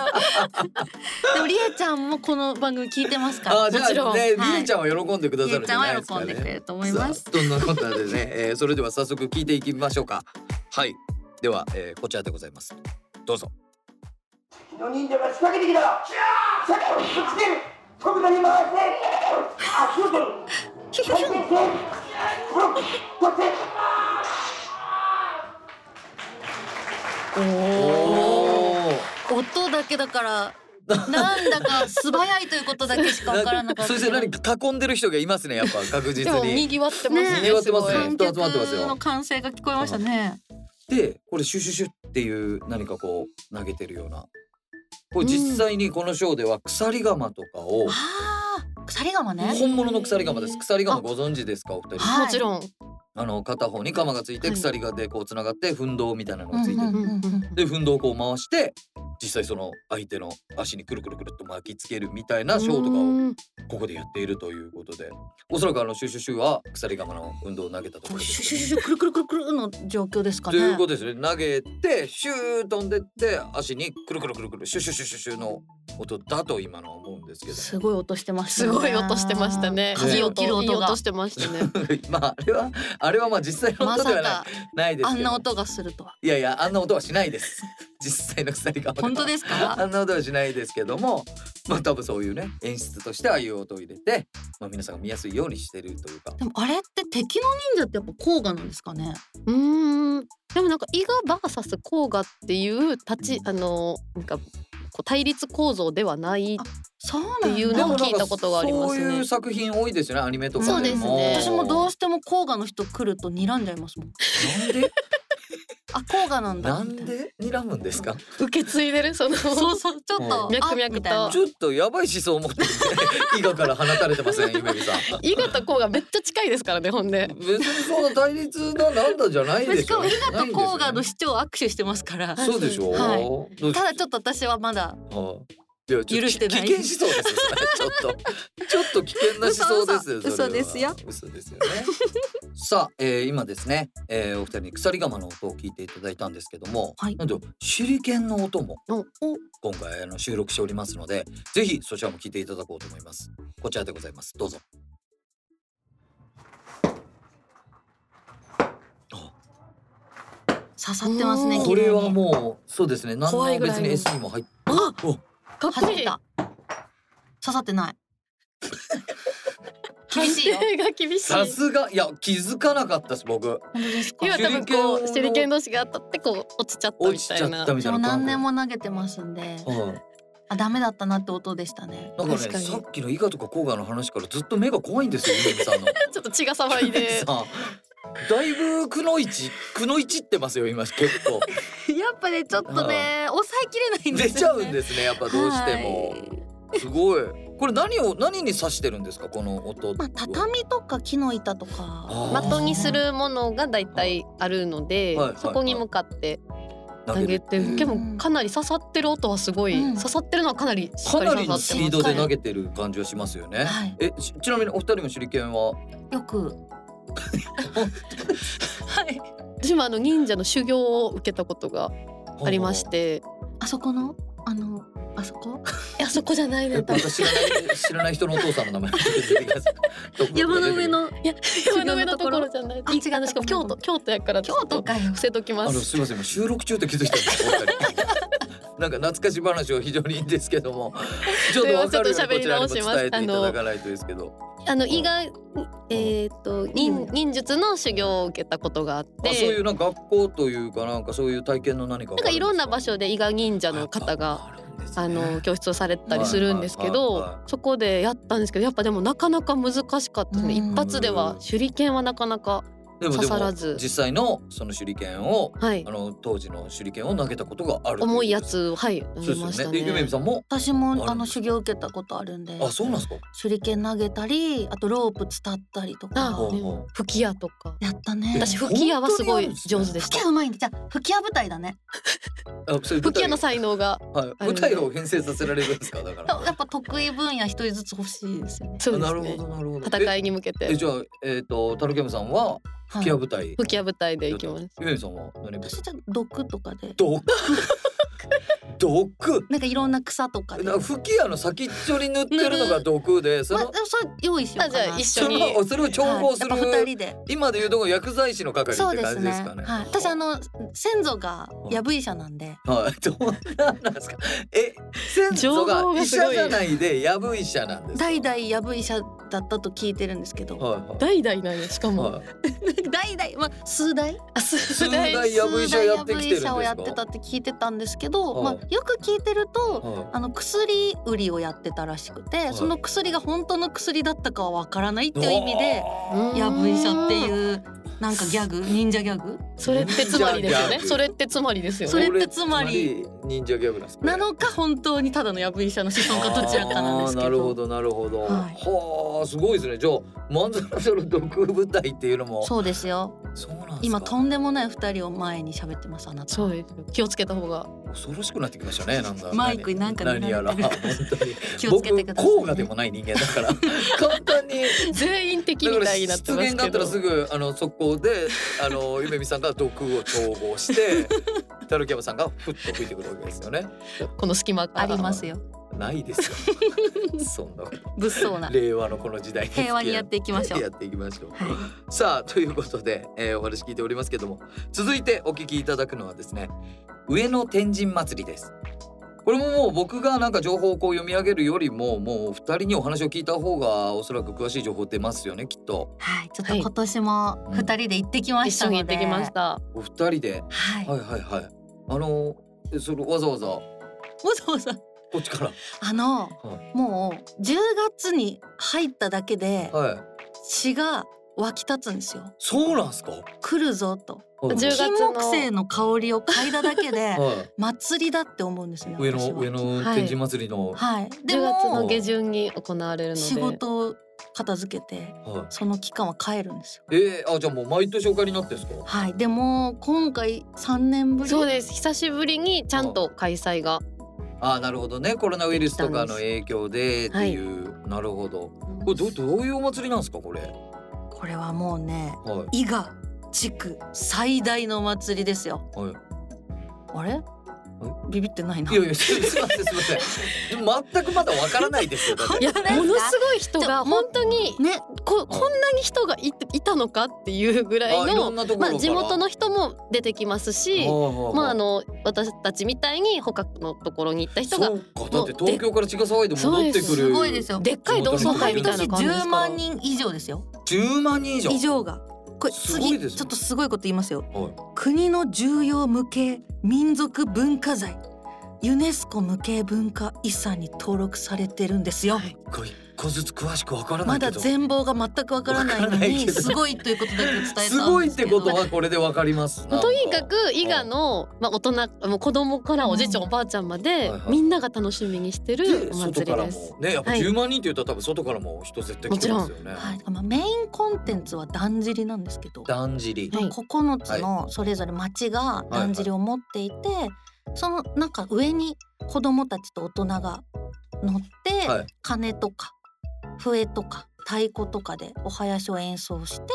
Speaker 1: でもりえちゃんもこの番組聞いてますから
Speaker 2: あじゃ
Speaker 1: もちろん
Speaker 2: あねリ
Speaker 1: はい
Speaker 2: エちゃんは喜んでくだ
Speaker 1: り
Speaker 2: さ
Speaker 1: え
Speaker 2: るん
Speaker 1: ち
Speaker 2: じ
Speaker 1: ゃ
Speaker 2: ゃ
Speaker 1: ん
Speaker 2: ない
Speaker 1: は
Speaker 2: ですか
Speaker 1: 喜んでくれ
Speaker 2: ね。
Speaker 1: ると思います
Speaker 2: さあそんなこんなでね、 えー、それでは早速聞いていきましょうか。はい。では、えー、こちらでございます。どうぞ。
Speaker 4: の忍者が仕掛けてきたシャッぶつける扉に回して足を取る回転してブロックそして
Speaker 2: おお。
Speaker 1: 音だけだからなんだか素早いということだけしかわからなかった
Speaker 2: そして何囲んでる人がいますねやっぱ確実
Speaker 3: でも
Speaker 2: に。
Speaker 3: 賑わってますね
Speaker 2: ね賑わってます
Speaker 3: ごい
Speaker 2: ね
Speaker 1: 観客の歓声が聞こえましたね
Speaker 2: でこれシュシュシュっていう何かこう投げてるようなこれ実際にこのショーでは鎖鎌とかを
Speaker 1: あ鎖釜ね
Speaker 2: 本物の鎖釜です鎖釜ご存知ですかお二人
Speaker 1: はい
Speaker 3: もちろん、
Speaker 2: あの片方に鎌がついて
Speaker 3: はい
Speaker 2: 鎖がでこうつながって分動みたいなのがついて
Speaker 1: うん
Speaker 2: る
Speaker 1: うん
Speaker 2: で分動をこう回して実際その相手の足にくるくるくるっと巻きつけるみたいなショーとかをここでやっているということでおそらくあのシュシュシュは鎖釜の運動を投げたとこ
Speaker 1: こ
Speaker 2: ろ
Speaker 1: う
Speaker 2: です
Speaker 1: シュ
Speaker 2: ね
Speaker 1: シュシュシュくるくるくるくるの状況ですか
Speaker 2: と
Speaker 1: ね
Speaker 2: いうことですね投げてシュー飛んでって足にくるくるくるくるシュシュシュシュシュの音だと今のは思うんですけ
Speaker 1: すごい音してました
Speaker 3: す
Speaker 1: ね
Speaker 3: ごい音してましたね。
Speaker 1: 鍵を切る
Speaker 3: いい
Speaker 1: 音が
Speaker 3: してましたね。
Speaker 2: どまああれはあれはまあ実際の
Speaker 1: ま
Speaker 2: 音
Speaker 1: さ
Speaker 2: ではな
Speaker 1: か
Speaker 2: いないです
Speaker 1: あ
Speaker 2: け
Speaker 1: ん
Speaker 2: ど
Speaker 1: な音がするとはい
Speaker 2: やいやあんな音はしないです 実際の鎖釜
Speaker 1: 本当
Speaker 2: で
Speaker 1: です
Speaker 2: はあ
Speaker 1: か
Speaker 2: んな音はしないですけどもまあ多分そういうね演出としてああいう音を入れてまあ皆さんが見やすいようにしてるというか
Speaker 1: でもあれって敵の忍者ってやっぱ甲賀なんですかね
Speaker 3: うーん。でもなんか伊賀バーサス甲賀っていう立ちあのなんかこう対立構造ではない。
Speaker 1: そうなんだ
Speaker 3: っていう
Speaker 2: で
Speaker 3: の
Speaker 2: も
Speaker 3: も
Speaker 2: なん
Speaker 3: 聞い
Speaker 2: か
Speaker 3: たことがありますね
Speaker 2: そういう作品多いですよねアニメとか
Speaker 3: そうですね
Speaker 1: 私もどう
Speaker 2: し
Speaker 1: しても甲賀の人来ると睨んじゃいますもんあ甲賀なんだ
Speaker 2: なんでなんで睨むんですか
Speaker 3: 受け継いでるその。
Speaker 1: そうそうちょっと
Speaker 2: うん
Speaker 1: あ
Speaker 3: 脈々と
Speaker 1: みたいな
Speaker 2: ちょっとやばい思想を持って るね伊賀から放たれてませんゆめみさん
Speaker 3: 伊賀と甲賀めっちゃ近いですからねほんで。
Speaker 2: 別にそんな対立ななんだじゃないで
Speaker 1: し
Speaker 2: しょ
Speaker 1: かも伊賀と甲賀の
Speaker 2: 人
Speaker 1: 市長は握手してますからた
Speaker 2: そうでしょ、
Speaker 1: はい
Speaker 2: どうです
Speaker 1: だちょっと私はまだ
Speaker 2: はいいやちょっと
Speaker 1: 許してない
Speaker 2: 危険思想ですよそれちょっとちょっと危険な思想ですよ
Speaker 1: 嘘嘘
Speaker 2: それは
Speaker 1: 嘘ですよ
Speaker 2: 嘘ですよね さあ、えー、今ですね、えー、お二人に鎖釜の音を聞いていただいたんですけども、
Speaker 1: はい
Speaker 2: なんと手裏剣の音も
Speaker 3: お
Speaker 2: 今回あの収録しておりますのでぜひそちらも聞いていただこうと思いますこちらでございますどうぞ
Speaker 1: 刺さってますね
Speaker 3: おー
Speaker 2: これは
Speaker 1: 綺麗に
Speaker 2: もうそうですね何
Speaker 3: 怖い
Speaker 2: の
Speaker 3: ぐら
Speaker 2: 別
Speaker 3: いの
Speaker 2: に S にも入って
Speaker 3: あ
Speaker 2: お
Speaker 3: か
Speaker 1: 外
Speaker 3: っこ
Speaker 1: れ
Speaker 3: いい。
Speaker 1: た刺さってない厳
Speaker 3: 判
Speaker 1: しいよ
Speaker 3: 定が厳しい。
Speaker 2: さすがいや気づかなかったです僕
Speaker 1: 本当ですか
Speaker 3: 今
Speaker 2: や
Speaker 3: 多分こ
Speaker 2: 手裏剣
Speaker 3: う
Speaker 2: を
Speaker 3: 手裏剣同士が当たってこう落ちちゃった
Speaker 2: 落
Speaker 3: み
Speaker 2: ち
Speaker 3: た
Speaker 2: ちゃ
Speaker 3: い
Speaker 2: っ
Speaker 3: な
Speaker 2: た。み
Speaker 1: 私
Speaker 2: たい
Speaker 1: も
Speaker 2: な
Speaker 1: 何年
Speaker 2: も、
Speaker 1: も投げてますんで
Speaker 2: はい
Speaker 1: あダメだったなって音でしたね
Speaker 2: なんかね
Speaker 3: 確かに
Speaker 2: さっきの伊賀とか甲賀の話からずっと目が怖いんですよゆめみさんの
Speaker 3: ちょっと血が騒い
Speaker 2: ゆめみ
Speaker 3: で
Speaker 2: さ。んだいぶくのいちくのいちってますよ今結構
Speaker 1: やっぱねちょっとね抑えきれないんですよ、ね、
Speaker 2: 出ちゃうんですねやっぱどうしても、すごいこれ何を何に指してるんですかこの音
Speaker 1: まあ畳とか木の板とか
Speaker 2: あー
Speaker 3: 的にするものがだいたいあるので、
Speaker 2: はいはいはい
Speaker 3: そこに向かって投げて、
Speaker 2: る
Speaker 3: でもかなり刺さってる音はすごい、
Speaker 1: うん
Speaker 3: 刺さってるのはかなりしっ
Speaker 2: か
Speaker 3: かり
Speaker 2: なり
Speaker 3: 刺さ
Speaker 2: の
Speaker 3: っ
Speaker 2: ス
Speaker 3: て
Speaker 2: ピ
Speaker 3: ま
Speaker 2: ー
Speaker 3: す
Speaker 2: ドで投げてる感じはしますよね、
Speaker 1: はい
Speaker 2: えちちなみにお二人も手裏剣は
Speaker 1: よくはい
Speaker 3: 私もあの忍者の修行を受けたことがありまし
Speaker 2: は
Speaker 3: て、
Speaker 1: あそこのあのあそこ
Speaker 3: いやそこじゃない
Speaker 2: あは
Speaker 3: ね
Speaker 2: あ。
Speaker 3: 多
Speaker 2: ま
Speaker 3: 分
Speaker 2: た知らない 知らない人のお父さん の名前
Speaker 1: 山の上の
Speaker 3: 山の上のところじゃない。
Speaker 1: あ違った
Speaker 3: あのしかも京都京都やからちょ
Speaker 1: 京
Speaker 3: っと
Speaker 1: 都かよ
Speaker 3: 伏せとき
Speaker 2: あ
Speaker 3: ま
Speaker 2: の
Speaker 3: す。
Speaker 2: すみません今収録中って気づいたんですよお二人 なんか懐かし話は非常にいいんですけど もちょっとわかるようにこちらにも伝えていただかないとですけど
Speaker 3: あの伊賀えーっと忍忍術の修行を受けたことがあっ
Speaker 2: あ
Speaker 3: て。
Speaker 2: そういうなんか学校というかなんかそういう体験の何か
Speaker 3: なんかいろんな場
Speaker 2: 所
Speaker 3: 所で伊賀忍者の方があの教室をされたりするんですけ
Speaker 2: はいはい
Speaker 3: ど
Speaker 2: は
Speaker 3: そこでやったんですけどやっぱでもなかなか難しかったですね
Speaker 1: うん
Speaker 3: 一発では手裏剣はなかなか
Speaker 2: でもでも
Speaker 3: 刺さらず
Speaker 2: 実際のその手裏剣を
Speaker 3: はい
Speaker 2: あの当時の手裏剣を投げたことがあるとう
Speaker 3: 重いやつをはい
Speaker 2: そ
Speaker 3: 投
Speaker 2: う
Speaker 3: げ
Speaker 2: で
Speaker 3: ますし
Speaker 2: よ
Speaker 3: た
Speaker 2: ねでゆめみ
Speaker 3: ね。
Speaker 2: さんも
Speaker 1: 私
Speaker 2: ある
Speaker 1: もあの修行受けたことあるんで
Speaker 2: あそうなんですか
Speaker 1: 手裏剣投げたりあとロープ伝ったりと
Speaker 3: あ
Speaker 1: か
Speaker 2: ほう
Speaker 3: ね
Speaker 2: ほう
Speaker 3: 吹き矢とか
Speaker 1: やったね
Speaker 3: 私吹き矢はすご
Speaker 2: 本当にあ
Speaker 3: い
Speaker 2: るんですね
Speaker 3: 上手でし
Speaker 1: 吹
Speaker 3: た
Speaker 1: き矢うまいんでじゃあ吹き矢舞台だね
Speaker 2: あそういう舞
Speaker 3: 吹き
Speaker 2: 台
Speaker 3: 矢の才能が
Speaker 2: はい舞台を編成させられるんですかだ から
Speaker 1: やっぱ得意分野一人ずつ欲しいですよね
Speaker 3: そうで
Speaker 2: な
Speaker 3: す
Speaker 2: るほ
Speaker 3: ね
Speaker 2: どなるほど
Speaker 3: 戦
Speaker 2: い
Speaker 3: いに向け
Speaker 2: え
Speaker 3: て
Speaker 2: じゃあえっとタルケムさんは
Speaker 1: は
Speaker 2: 吹
Speaker 1: い
Speaker 2: き矢舞台
Speaker 3: 吹き矢舞台でいきます
Speaker 2: ゆめみさんは何舞台
Speaker 1: 私じゃあ毒とかで
Speaker 2: 毒 毒
Speaker 1: なんかいろんな草とかで
Speaker 2: な吹き矢の先っちょに塗ってるのが毒でそ
Speaker 1: まあ、
Speaker 2: の
Speaker 1: でもそれ用意しようかな。
Speaker 3: あじゃあ一緒
Speaker 2: それをそれを調合する
Speaker 1: はいやっぱ二人で。
Speaker 2: 今でいうとこ薬剤師の係って
Speaker 1: そう
Speaker 2: 感
Speaker 1: です
Speaker 2: じ
Speaker 1: ね。
Speaker 2: ですかね
Speaker 1: はい。私あの先祖が
Speaker 2: うん
Speaker 1: ヤブ医者なんで、
Speaker 2: はい、どうなんなんですか。え、先祖
Speaker 3: 情報
Speaker 2: が
Speaker 3: が
Speaker 2: 医
Speaker 3: すご
Speaker 2: 者
Speaker 3: い
Speaker 2: じゃないで、やぶ医者なんですか。
Speaker 1: 代々ヤブ医者だったと聞いてるんですけど、
Speaker 2: は
Speaker 3: 代々なんやしか
Speaker 2: い、
Speaker 3: も
Speaker 2: はい、はい。
Speaker 1: 代々まあ数代。
Speaker 3: あ数
Speaker 2: 代
Speaker 3: 代
Speaker 2: ヤブ医者やってきてるんですか
Speaker 1: 数代ヤブ医者をやってたって聞いてたんですけ
Speaker 2: う
Speaker 1: ど、
Speaker 2: ん
Speaker 1: まあよく聞いてると。
Speaker 2: は
Speaker 1: あの薬売りをやってたらしくて、
Speaker 2: い
Speaker 1: その薬が本当の薬だったかはわからないっ
Speaker 2: い。
Speaker 1: ていう意味で
Speaker 2: うわ
Speaker 1: ヤブ医者っていうなんかギャ グ忍者ギャグ
Speaker 3: それってつまりですよ
Speaker 2: 忍者ギ
Speaker 3: ね
Speaker 2: ャグ
Speaker 3: それってつまりですよ
Speaker 1: そ
Speaker 3: ね
Speaker 1: れってつまり
Speaker 2: つま忍者ギャグなんですかね
Speaker 1: なのか本当にただのヤブ医者の子孫かどちらかなんですけど
Speaker 2: あーなるほどなるほど。
Speaker 1: はい
Speaker 2: はあすごいですね。じゃあ漫才の独舞台っていうのも
Speaker 1: そうですよ
Speaker 2: そうなんですか。
Speaker 1: 今とんでもない二人を前に喋ってますあなた
Speaker 3: そうですよ気をつけた方が
Speaker 2: 恐ろしくなってきましたね。なんだ
Speaker 1: マイクになんか
Speaker 2: 何何やら
Speaker 1: 塗ら
Speaker 2: 本
Speaker 1: れてる
Speaker 2: 当に
Speaker 1: 気をつけてくださいね
Speaker 2: 僕効果でもない人間だから 簡単に。
Speaker 3: 全員的
Speaker 2: だか
Speaker 3: み
Speaker 2: ら
Speaker 3: たいに
Speaker 2: 失
Speaker 3: なってます
Speaker 2: 言があ
Speaker 3: け
Speaker 2: った
Speaker 3: ど
Speaker 2: らすぐあの速攻で あのゆめみさんが毒を調合 して。たるきやまさんがふっと吹いてくるわけですよね。
Speaker 3: この隙間か
Speaker 1: あ
Speaker 3: ら
Speaker 1: りますよ
Speaker 2: ないです よ。そんなこと
Speaker 1: 物騒 な
Speaker 2: 令和のこの時代に
Speaker 1: 平和にやっていきましょう
Speaker 2: やっていきましょう。
Speaker 1: はい
Speaker 2: さあということで、えーお話聞いておりますけども続いてお聞きいただくのはですね上野天神祭りですこれももう僕がなんか情報をこう読み上げるよりももう二人にお話を聞いた方がおそらく詳しい情報出ますよねきっと
Speaker 1: はいちょっと今年も二人で行ってきま
Speaker 3: 一
Speaker 1: した
Speaker 3: 緒に行
Speaker 1: の
Speaker 3: っ
Speaker 1: で、
Speaker 3: てきました
Speaker 2: お二人で
Speaker 1: はい
Speaker 2: はいはいはいあのーそれわざわざこ
Speaker 1: わざわざ
Speaker 2: っちから
Speaker 1: あの、
Speaker 2: は
Speaker 1: もう10月に入っただけで
Speaker 2: はい
Speaker 1: 血が湧き立つんですよ
Speaker 2: そうなんすか
Speaker 1: 来るぞと
Speaker 2: はい
Speaker 3: 10月
Speaker 1: 金
Speaker 3: の
Speaker 1: 木犀の香りを嗅いだだけで
Speaker 2: はい
Speaker 1: 祭りだって思うんですね
Speaker 2: 上
Speaker 1: 私
Speaker 2: 野
Speaker 1: は
Speaker 2: 上野天神祭りの、
Speaker 1: はいで
Speaker 3: 10月の
Speaker 1: も
Speaker 3: 下旬に行われるので
Speaker 1: 仕事を片付けて
Speaker 2: は
Speaker 1: その期間は帰るんですよ
Speaker 2: い、えー、あじゃあもう毎年お帰りになってるんですか
Speaker 1: はいでも今回3年ぶり
Speaker 3: そうです久しぶりにちゃんと開催が
Speaker 2: あーなるほどねコロナウイルスとかの影響でっていう、なるほどこれどどういうお祭りなんですかこれは
Speaker 1: これはもうね
Speaker 2: い
Speaker 1: 伊賀地区最大のお祭りですよ
Speaker 2: はい
Speaker 1: あれビビってないない
Speaker 2: やいやすすいませんすいません全くまだわからないですよだ って
Speaker 3: いや
Speaker 1: 本当ですか
Speaker 3: ものすごい人
Speaker 1: じゃあ
Speaker 3: が本当に
Speaker 1: ね
Speaker 3: ここんなに人がいいたのかっていうぐらい
Speaker 2: あいろ
Speaker 3: の
Speaker 2: んなところか
Speaker 3: ま
Speaker 2: ら、
Speaker 3: あ、地元の人も出てきます
Speaker 2: は
Speaker 3: し
Speaker 2: い
Speaker 3: まああ
Speaker 2: の
Speaker 3: の私たちみたいに他のところに行った人が
Speaker 2: そうかだって東京から茅ヶ沢へで戻ってくる
Speaker 3: そうです
Speaker 1: すごいですよ
Speaker 3: でっかい同窓会みたいな
Speaker 1: 毎
Speaker 3: 感じで
Speaker 1: 年10
Speaker 3: すから
Speaker 1: 万人以上ですよ
Speaker 2: 10万人以上
Speaker 1: 以上がこれ
Speaker 2: すごい
Speaker 1: 次
Speaker 2: ですね
Speaker 1: ちょっとすごいこと言いますよ
Speaker 2: はい
Speaker 1: 国の重要無形民族文化財ユネスコ無形文化遺産に登録されてるんですよ、
Speaker 2: 一個一個ずつ詳しくわからな
Speaker 1: ま
Speaker 2: いけ
Speaker 1: だ
Speaker 2: ど
Speaker 1: 全貌が全くわからないの
Speaker 2: わからない
Speaker 1: に
Speaker 2: けど
Speaker 1: すごいということだけ伝えたんですけど
Speaker 2: すごいってことはこれでわかりますなん
Speaker 3: とにかく伊賀の、まあ、大人もう子供からおじいちゃんおばあちゃんま
Speaker 2: い
Speaker 3: で
Speaker 2: はい
Speaker 3: みんなが楽しみにして
Speaker 2: で
Speaker 3: るお
Speaker 2: 外
Speaker 3: 祭
Speaker 2: か
Speaker 3: り
Speaker 2: ら
Speaker 3: です
Speaker 2: も。ねやっぱ
Speaker 3: はい
Speaker 2: 10万人って言ったら多分外からも人絶対来てますよね、
Speaker 1: はい、まあメインコンテンツはだんじりなんですけど
Speaker 2: だんじり
Speaker 3: はい
Speaker 1: 9つのそれぞれ町がだんじりを持っていて、そのなんか上に子供たちと大人が乗って、
Speaker 2: はい
Speaker 1: 鐘とか笛とか太鼓とかでお囃子を演奏して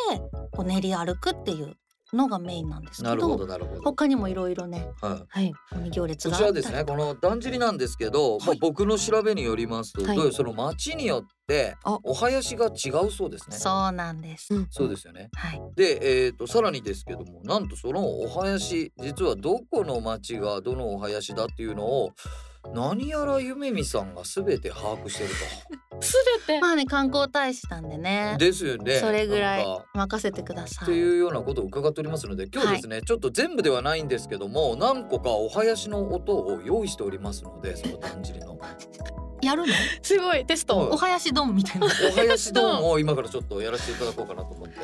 Speaker 1: こう練り歩くっていうのがメインなんですけ
Speaker 2: な
Speaker 1: ど
Speaker 2: るほどなるほど
Speaker 1: 他にもいろいろね
Speaker 2: はい
Speaker 3: はい、
Speaker 1: 行列
Speaker 2: こ
Speaker 1: が
Speaker 2: ち
Speaker 1: あっ
Speaker 2: ら
Speaker 1: た
Speaker 2: で
Speaker 1: り
Speaker 2: すねこのだんじりなんですけど、まあ
Speaker 1: はい
Speaker 2: 僕の調べによりますと、
Speaker 3: はい
Speaker 2: どういうその町によって
Speaker 1: あ
Speaker 2: お囃子が違うそうですね。
Speaker 1: そうなんです、
Speaker 3: うん
Speaker 2: そうですよね
Speaker 1: はい、
Speaker 2: で、えー、とさらにですけどもなんとそのお囃子実はどこの町がどのお囃子だっていうのを何やらゆめみさんが全て把握してる
Speaker 3: すべて
Speaker 1: まあね観光大使なんでね
Speaker 2: と。ですよね。
Speaker 1: それぐらい
Speaker 2: なんか
Speaker 1: 任せてくださ
Speaker 2: って
Speaker 1: い
Speaker 2: いうようなことを伺っておりますので今日ですね、ちょっと全部ではないんですけども何個かお囃子の音を用意しておりますのでそのだんじりの。
Speaker 1: やるの
Speaker 3: すごいテス
Speaker 2: は
Speaker 3: ト
Speaker 1: お囃子丼みたいな
Speaker 2: お囃子どう も今からちょっとやらせていただこうかなと思って。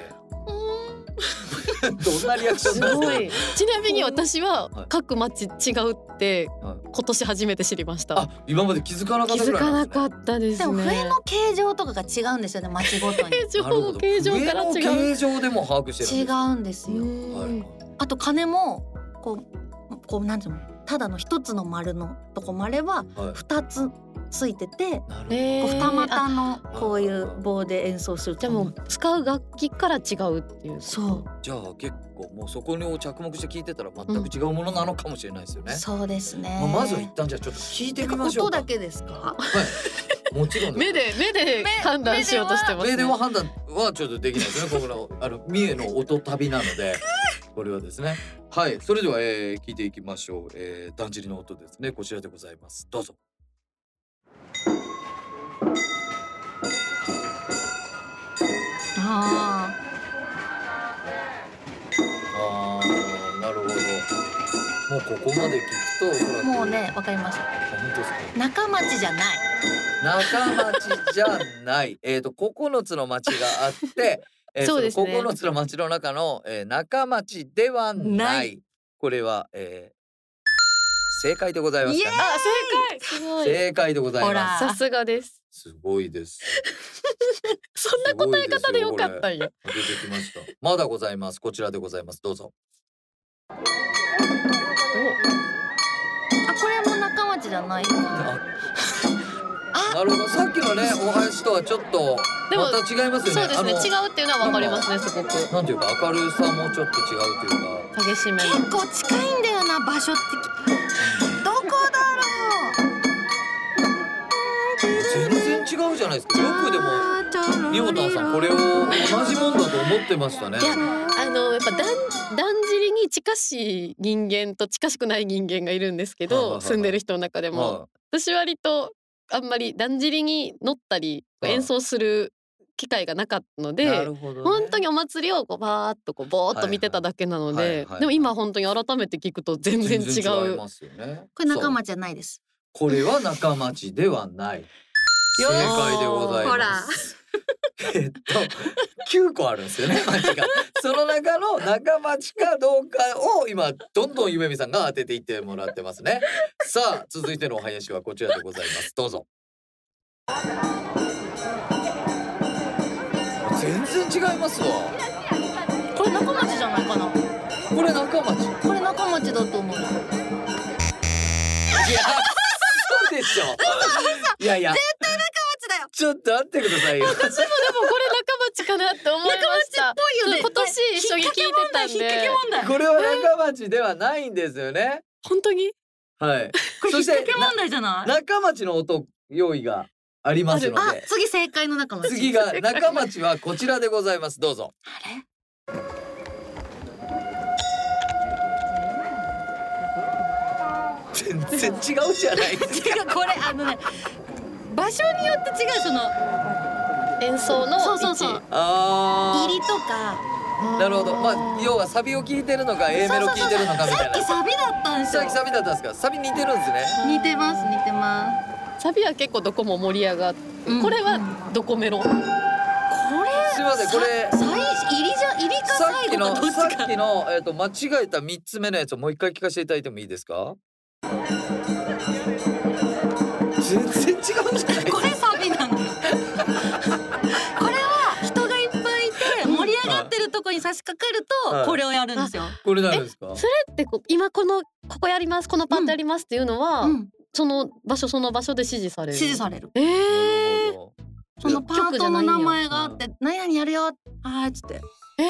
Speaker 2: どんなリアクション
Speaker 3: す
Speaker 2: なんです
Speaker 3: ご
Speaker 2: か。
Speaker 3: いちなみに私は
Speaker 2: はい
Speaker 3: 各町違うって
Speaker 2: はい
Speaker 3: 今年初めて知りました、
Speaker 2: あ、今まで気づかなかっ
Speaker 3: 気
Speaker 2: たぐ
Speaker 3: づ
Speaker 2: らい
Speaker 3: か
Speaker 2: な
Speaker 3: なん
Speaker 2: です
Speaker 3: か
Speaker 2: ね。
Speaker 3: ったですね
Speaker 1: でも笛の形状とかが違うんですよね町ごと に
Speaker 3: 形
Speaker 2: な
Speaker 3: 状
Speaker 2: るほ
Speaker 3: の
Speaker 2: ど
Speaker 3: 形状から
Speaker 2: 上
Speaker 3: 違
Speaker 2: の
Speaker 3: う
Speaker 2: 形状でも把握してるん
Speaker 1: 違
Speaker 2: です。
Speaker 1: うんですよ
Speaker 3: う
Speaker 2: は
Speaker 3: ん
Speaker 2: い。
Speaker 1: あと鐘もこうこうなんていうのただの一つの丸のとこもあれば
Speaker 2: はい。
Speaker 1: 二つついてて
Speaker 2: なるほど。
Speaker 3: え
Speaker 1: こう
Speaker 3: ー
Speaker 1: 二股の
Speaker 2: あ
Speaker 1: こういう棒で演奏する
Speaker 3: じゃあもう使う楽器から違うっていう
Speaker 1: そう
Speaker 2: じゃあ結構もうそこに着目して聞いてたら全く違うものなのかもしれないですよね。
Speaker 1: そうですね
Speaker 2: まあまずは一旦じゃあちょっと聞いてみましょう
Speaker 1: 音
Speaker 2: か。
Speaker 1: だけですか
Speaker 2: はい。もちろんす
Speaker 3: 目。で目で判断しようとしてます
Speaker 2: 目
Speaker 3: ね
Speaker 2: では判断はちょっとできないですね。このあの三重の音旅なの で、これはですね。はい、それでは、えー、聞いていきましょう。えー、だんじりの音ですね。こちらでございます。どうぞ。
Speaker 1: あ
Speaker 2: ああ、なるほど。もうここまで聞くとおそら
Speaker 1: あ
Speaker 2: く
Speaker 1: もう。ねわかりました
Speaker 2: あ本当ですか。
Speaker 1: 中町じゃない
Speaker 2: 中町じゃない。えっ、ー、と九つの町があって。えー
Speaker 3: そうですね
Speaker 2: の9つの町の中の、えー中町ではない
Speaker 1: ない
Speaker 2: これは、えー正解でございますかね、
Speaker 3: あ正解すごい
Speaker 2: 正解でござい
Speaker 1: ほら
Speaker 2: ます
Speaker 3: さすがです
Speaker 2: すごいです
Speaker 3: そんな答え方でよかったんや
Speaker 2: 出てきましたまだございますこちらでございますどうぞ
Speaker 1: あこれも仲間じゃないな
Speaker 2: あなるほどさっきのねお話とはちょっと
Speaker 3: でも
Speaker 2: また違いますよね
Speaker 3: そうですね
Speaker 2: あの
Speaker 3: 違うっていうのはわかりますねすごく
Speaker 2: なんていうか明るさもちょっと違うというか
Speaker 3: 激しめの
Speaker 1: 結構近いんだよな場所ってどこだろう
Speaker 2: 全然違うじゃないですかよくでもミオタンさんこれを
Speaker 1: を
Speaker 2: 同じもんだと思ってましたね
Speaker 3: いやあのやっぱだんだんじりに近しい人間と近しくない人間がいるんですけ
Speaker 2: はいはいは
Speaker 3: ど
Speaker 2: い
Speaker 3: 住んでる人の中でも
Speaker 2: は
Speaker 3: 私割とあんまりだんじりに乗ったり
Speaker 2: はい
Speaker 3: 演奏する機会がなかったの
Speaker 2: い
Speaker 3: で、
Speaker 2: なるほどね
Speaker 3: 本当にお祭りをこうバーっとこうぼーっと見てただけなので、
Speaker 2: はいはいはいはい
Speaker 3: でも今本当に改めて聞くと全然違う
Speaker 2: いますよね
Speaker 1: これ仲
Speaker 2: そう
Speaker 1: 間じゃないです
Speaker 2: これは仲町ではない正解でございますえっと9個あるんですよね 町がその中の仲町かどうかを今どんどんゆめみさんが当てていってもらってます ねさあ続いてのお囃子はこちらでございますどうぞ全然違いますわ
Speaker 1: これ仲間じゃないかな
Speaker 2: これ仲町
Speaker 1: これ仲間だと思う
Speaker 2: いや、そうでしょ。いやいや、
Speaker 1: だよ
Speaker 2: ちょっと待ってくださいよ。
Speaker 3: でもこれ仲間かなって思いました
Speaker 1: ぽいよね
Speaker 3: そう今年一緒に聞いてたん
Speaker 1: 引っ掛
Speaker 3: で
Speaker 1: け問題
Speaker 2: これは仲町ではないんですよね。
Speaker 3: 本当に
Speaker 2: はい。
Speaker 1: これ
Speaker 2: そ
Speaker 1: 引っ
Speaker 2: して
Speaker 1: 掛け問題じゃない
Speaker 2: 仲町の音用意がありますの
Speaker 1: あ
Speaker 2: で、
Speaker 1: 次正解の仲間
Speaker 2: 次が仲町はこちらでございます。どうぞ。全然違うじゃないで すか。
Speaker 1: 違うこれあのね場所によって違うその
Speaker 3: 演奏の
Speaker 1: そうそうそう
Speaker 3: 位置
Speaker 2: あ
Speaker 1: 入りとか
Speaker 2: あ、なるほど。まあ要はサビを聞いてるのか A メロ聞いてるのかみたいな。
Speaker 1: そうそうそうさっきサビだったんです
Speaker 2: さ
Speaker 1: よ
Speaker 2: っきサビだったんですか。サビ似てるんですね。
Speaker 1: 似てます似てます
Speaker 3: サビは結構どこも盛り上がって、
Speaker 1: うん
Speaker 3: これはどこメロ、
Speaker 1: これ
Speaker 2: すいませんこれ
Speaker 1: さ最入りじゃ入りか
Speaker 2: さっ
Speaker 1: 最
Speaker 2: き
Speaker 1: 後
Speaker 2: の
Speaker 1: かどっ
Speaker 2: さ
Speaker 1: ち
Speaker 2: っ
Speaker 1: か
Speaker 2: きのえっ、と間違えた三つ目のやつをもう一回聞かせていただいてもいいですか？全然違うじゃない。
Speaker 1: これサビなんだよこれ は人がいっぱいいて盛り上がってるとこに差し掛かる
Speaker 2: はい
Speaker 1: とこれをやるんですよ、
Speaker 2: これなんですか？
Speaker 3: そでこう今このここやりますこのパートやりますっていうのは、
Speaker 1: うん、
Speaker 3: その場所その場所で指示される
Speaker 1: 指示される
Speaker 3: え
Speaker 2: な
Speaker 3: ー
Speaker 2: る、ほ
Speaker 1: そのパートの名前があって「何々やるよ」あーっつって
Speaker 3: え
Speaker 1: や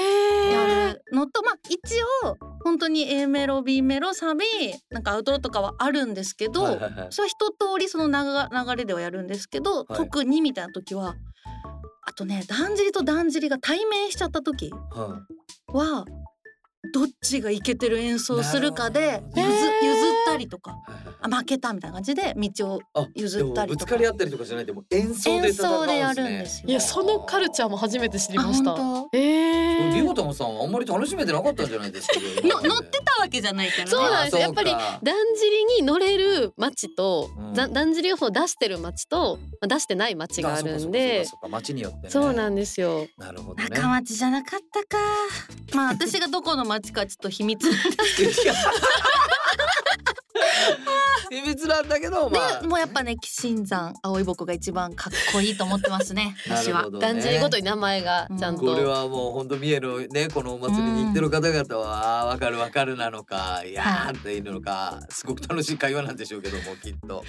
Speaker 3: ー、
Speaker 1: るのとまあ一応本当に A メロ B メロサビなんかアウトロとかはあるんですけど、
Speaker 2: ど。はいはいはい。
Speaker 1: それは一通りその流流れではやるんですけど、
Speaker 2: はい
Speaker 1: 特にみたいな時はあとねだんじりとだんじりが対面しちゃった時
Speaker 2: は
Speaker 1: はどっちがイケてる演奏をするかで譲
Speaker 2: な
Speaker 3: るほどね
Speaker 1: 譲ったりとか
Speaker 2: いはいはい
Speaker 1: あ負けたみたいな感じで道を
Speaker 2: あ
Speaker 1: 譲った
Speaker 2: でもぶ
Speaker 1: り
Speaker 2: つ
Speaker 1: と
Speaker 2: か
Speaker 1: か
Speaker 2: り合ったりとかじゃないでも演奏で
Speaker 1: 演
Speaker 2: 戦うん
Speaker 1: 奏でや
Speaker 2: です
Speaker 1: るんで
Speaker 2: ね。
Speaker 1: すよ。
Speaker 3: いやそのカルチャーも初めて知り
Speaker 1: あ
Speaker 3: ました
Speaker 1: 本
Speaker 3: えー、
Speaker 2: リオタンさんはあんまり楽しめてなかったんじゃないですか？
Speaker 1: 当の乗ってたわけじゃないから、ね、
Speaker 3: そうなんです
Speaker 2: あ
Speaker 3: やっぱり
Speaker 2: そうか
Speaker 3: だんじりに乗れる町と、
Speaker 2: うん
Speaker 3: だだんじりを出してる町とまあ出してない町があるんで
Speaker 2: あそうかそうかそうかそうか街によってね。
Speaker 3: そうなんですよ
Speaker 2: なるほどね。
Speaker 1: 仲町じゃなかったか。まあ私がどこの町かちょっと秘密
Speaker 2: 秘密なんだけど、 まあ
Speaker 1: で、もうやっぱね鬼神山青いぼこが一番かっこいいと思ってますね
Speaker 2: な
Speaker 1: 私
Speaker 2: る
Speaker 1: は
Speaker 2: ほ。どね
Speaker 3: だんじりごとに名前がちゃんと、
Speaker 2: これはもう本当三重のねこのお祭りに行ってる方々は、あーわかるわかるなのかいやーっていうのかすごく楽しい会話なんでしょうけどもきっと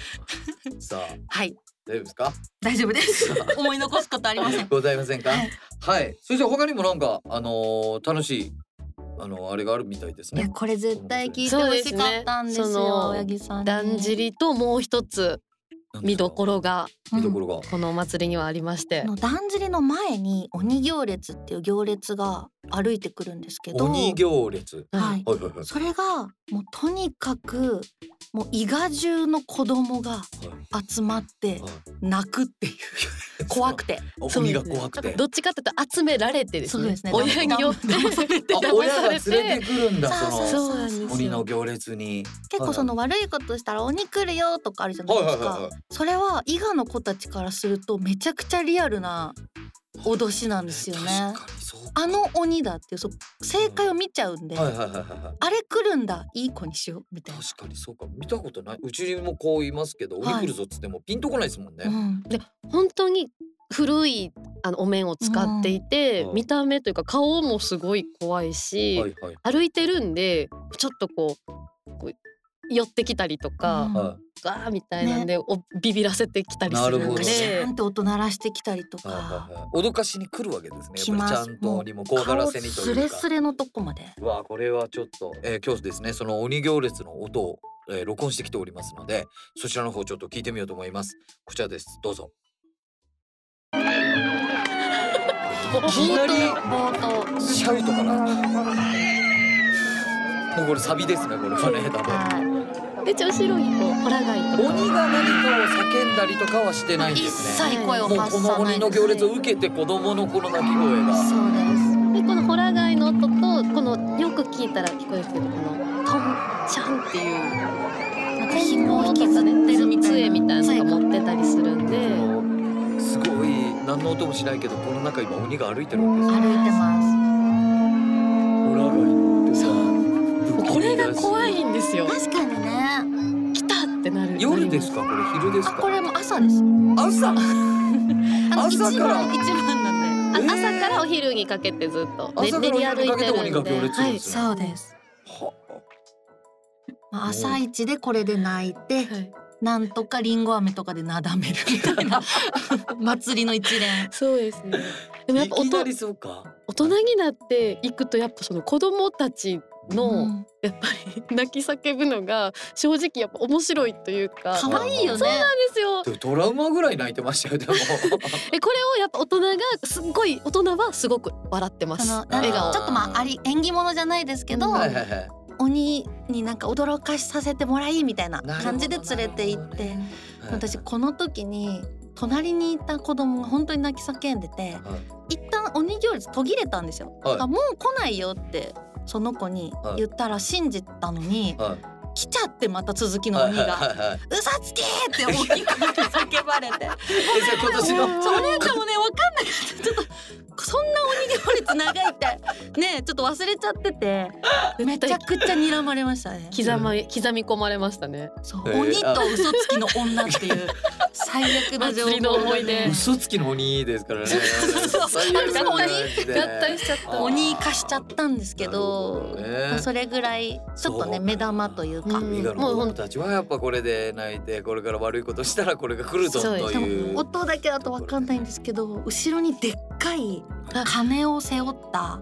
Speaker 2: さあ
Speaker 1: はい
Speaker 2: 大丈夫ですか
Speaker 1: 大丈夫 です。思い残すことありません。
Speaker 2: ございませんかは
Speaker 1: はいい、
Speaker 2: そして他にもなんかあのー楽しいあのーあれがあるみたいです
Speaker 1: いや
Speaker 2: ね
Speaker 1: これ絶対聞いてほしかったんですよ
Speaker 3: そうですねその
Speaker 1: 青柳さんに。
Speaker 3: だんじりともう一つ見どこ
Speaker 2: ろ
Speaker 3: ろが
Speaker 2: 見どころが、
Speaker 3: このお祭りにはありまして
Speaker 1: あのだんじりの前に鬼行列っていう行列が歩いてくるんですけど、
Speaker 2: 鬼行列
Speaker 1: はい、
Speaker 2: はいはいはい
Speaker 1: それがもうとにかくもう伊賀中の子供が集まって
Speaker 2: はい
Speaker 1: 泣くっていう怖くて。
Speaker 2: 鬼が怖くて
Speaker 3: どっちかっていうと集められてです
Speaker 1: そう
Speaker 3: ね
Speaker 1: ですね。
Speaker 3: 親によって
Speaker 1: 騙されて
Speaker 2: あ親が連れてくるんだ
Speaker 1: そ
Speaker 2: そうの
Speaker 1: そう
Speaker 3: そう
Speaker 1: そうそう
Speaker 2: 鬼の行列に
Speaker 1: 結構その悪いことしたら鬼来るよとかあるじゃな
Speaker 2: はい
Speaker 1: いで
Speaker 2: はい
Speaker 1: す
Speaker 2: はいはい
Speaker 1: か。それは伊賀の子たちからするとめちゃくちゃリアルな脅しなんですよね。
Speaker 2: 確かにそう
Speaker 1: あの鬼だっていうそう正解を見ちゃうんで、
Speaker 2: はいはいはいはいはい。
Speaker 1: あれ来るんだいい子にしようみたいな。
Speaker 2: 確かにそうか見たことないうちにもこういますけど
Speaker 1: はい
Speaker 2: 鬼来るぞっつってもピンとこないですもんね、
Speaker 1: うん
Speaker 3: 本当に古いあのお面を使っていて、
Speaker 2: うん
Speaker 3: 見た目というか顔もすごい怖いし、
Speaker 2: はいはい
Speaker 3: 歩いてるんでちょっとこうこう寄ってきたりとか、
Speaker 1: うん
Speaker 2: は
Speaker 3: ガーみたいなんで、おビビらせてきたりする
Speaker 2: なるほ
Speaker 3: ん
Speaker 2: ど
Speaker 1: ガシャ
Speaker 3: で
Speaker 1: ーンって音鳴らしてきたりと
Speaker 2: いはい
Speaker 1: か。
Speaker 2: はいはい脅かしに来るわけですね
Speaker 1: 来
Speaker 2: やっぱ
Speaker 1: ま
Speaker 2: りち
Speaker 1: す
Speaker 2: ゃんと鬼も怖がらせにと
Speaker 1: 顔す
Speaker 2: い
Speaker 1: れ
Speaker 2: うか
Speaker 1: すれのとこまで。
Speaker 2: うわこれはちょっと、えー、今日ですねその鬼行列の音を、えー、録音してきておりますのでそちらの方ちょっと聞いてみようと思いますこちらですどうぞ
Speaker 1: 冒
Speaker 2: いきなり
Speaker 1: 頭冒頭。
Speaker 2: シャウトかなもうこれサビですねこれはね多分
Speaker 1: は
Speaker 3: めっちゃ後ろにこうホラ貝とか
Speaker 2: 鬼が何かを叫んだりとかはしてないん
Speaker 1: い。
Speaker 2: で
Speaker 1: 一
Speaker 2: すね
Speaker 1: 切声を
Speaker 2: もう
Speaker 1: 発
Speaker 2: こ
Speaker 1: さ
Speaker 2: の
Speaker 1: な
Speaker 2: 鬼
Speaker 1: い。
Speaker 2: の行列を受けて子供のこの鳴き声が
Speaker 1: そうです。
Speaker 3: でこのホラ貝の音とこのよく聞いたら聞こえるけどこのトンチャンっていう
Speaker 1: なんか紐
Speaker 3: 紐
Speaker 1: を
Speaker 3: と
Speaker 1: 引きず
Speaker 3: か
Speaker 1: っ
Speaker 3: ね
Speaker 1: てるみたい
Speaker 3: 杖
Speaker 1: な。
Speaker 3: みたいなのが
Speaker 1: 杖
Speaker 3: 持ってたりするんで
Speaker 2: すごい何の音もしないけどこの中今鬼が歩いてるわけです
Speaker 1: が
Speaker 2: よ
Speaker 1: 歩いてます。
Speaker 2: ホラー街の音が
Speaker 3: これが怖
Speaker 2: い
Speaker 3: いんですよ
Speaker 1: 確かにね。
Speaker 3: 来たってなる
Speaker 2: 夜ですかこれ昼です
Speaker 1: あ、こ
Speaker 2: か
Speaker 1: れも朝です。
Speaker 2: 朝
Speaker 1: あの
Speaker 2: 朝
Speaker 1: 一
Speaker 2: から
Speaker 1: 番一番なんで。
Speaker 3: あ
Speaker 2: えー
Speaker 3: 朝からお昼にかけてずっとね
Speaker 2: 朝からお
Speaker 3: 練り
Speaker 2: 昼
Speaker 3: 歩
Speaker 2: に
Speaker 3: い
Speaker 2: かけ
Speaker 3: て
Speaker 2: て鬼
Speaker 3: る
Speaker 2: が
Speaker 3: ん
Speaker 2: 行
Speaker 3: で、
Speaker 2: 列するん
Speaker 3: は
Speaker 2: で
Speaker 1: そう
Speaker 2: すね
Speaker 3: い
Speaker 1: です。
Speaker 2: は
Speaker 1: まあ、朝一でこれで泣いて、
Speaker 3: はい
Speaker 1: なんとかリンゴ飴とかでなだめるみたい な祭りの一連。
Speaker 3: そうですねでもやっ
Speaker 2: い
Speaker 3: ぱ
Speaker 2: き
Speaker 3: 大
Speaker 2: な
Speaker 3: 人
Speaker 2: りそうか
Speaker 3: 大人になっていくとやっぱその子供たち
Speaker 1: う
Speaker 3: の
Speaker 1: ん
Speaker 3: やっぱり泣き叫ぶのが正直やっぱ面白いというかそう
Speaker 1: 可愛いよ
Speaker 2: そう
Speaker 1: ね。
Speaker 3: ですよ
Speaker 2: トラウマぐらい泣いてましたよでも
Speaker 3: えこれをやっぱ大人がすっごい大人はすごく笑ってま
Speaker 1: そ
Speaker 3: す
Speaker 1: のなん
Speaker 2: 笑
Speaker 1: ていう
Speaker 2: 顔
Speaker 1: かちょっとまああり縁起物じゃないですけど、
Speaker 2: はいはいはい
Speaker 1: 鬼になんか驚かしさせてもらいみたいな
Speaker 2: なるほど
Speaker 1: 感じで連れて行って、
Speaker 2: なるほどね
Speaker 1: 私
Speaker 2: は
Speaker 1: この時に隣にいた子供が本当に泣き叫んでて一旦鬼行列途切れたんですよ、
Speaker 2: はい
Speaker 1: だからもう来ないよってその子に言ったら信じたのに、
Speaker 2: はい
Speaker 1: 来ちゃってまた続き
Speaker 2: い
Speaker 1: の
Speaker 2: はい
Speaker 1: 鬼が「
Speaker 2: はいはいはい
Speaker 1: 嘘つけ!」って大きく叫ば れて
Speaker 2: えじゃあ今年の
Speaker 1: それかもね分かんなくてちょっとそんな鬼行列長いってねちょっと忘れちゃっててめちゃくちゃ睨まれましたね。
Speaker 3: 刻ま刻み込まれましたね
Speaker 1: そう
Speaker 2: えー
Speaker 1: 鬼と嘘つきの女っていう最悪な情報
Speaker 3: 祭りの思い出
Speaker 2: 嘘つきの鬼ですからね。
Speaker 1: そう
Speaker 2: 最悪な感じで
Speaker 3: 合体しちゃった
Speaker 1: 鬼化しちゃったんですけど
Speaker 2: なるほどね
Speaker 1: それぐらいちょっと
Speaker 2: そう
Speaker 1: ね
Speaker 2: か
Speaker 1: 目玉というか、
Speaker 3: うん
Speaker 2: 伊賀の
Speaker 3: もう
Speaker 2: 子
Speaker 3: ほん
Speaker 2: 供たちはやっぱこれで泣いてこれから悪いことしたらこれが来るぞ
Speaker 3: そうです
Speaker 2: と
Speaker 1: で
Speaker 2: いう
Speaker 1: も音だけだと分かんないんですけど後ろにでっかい鐘を背負った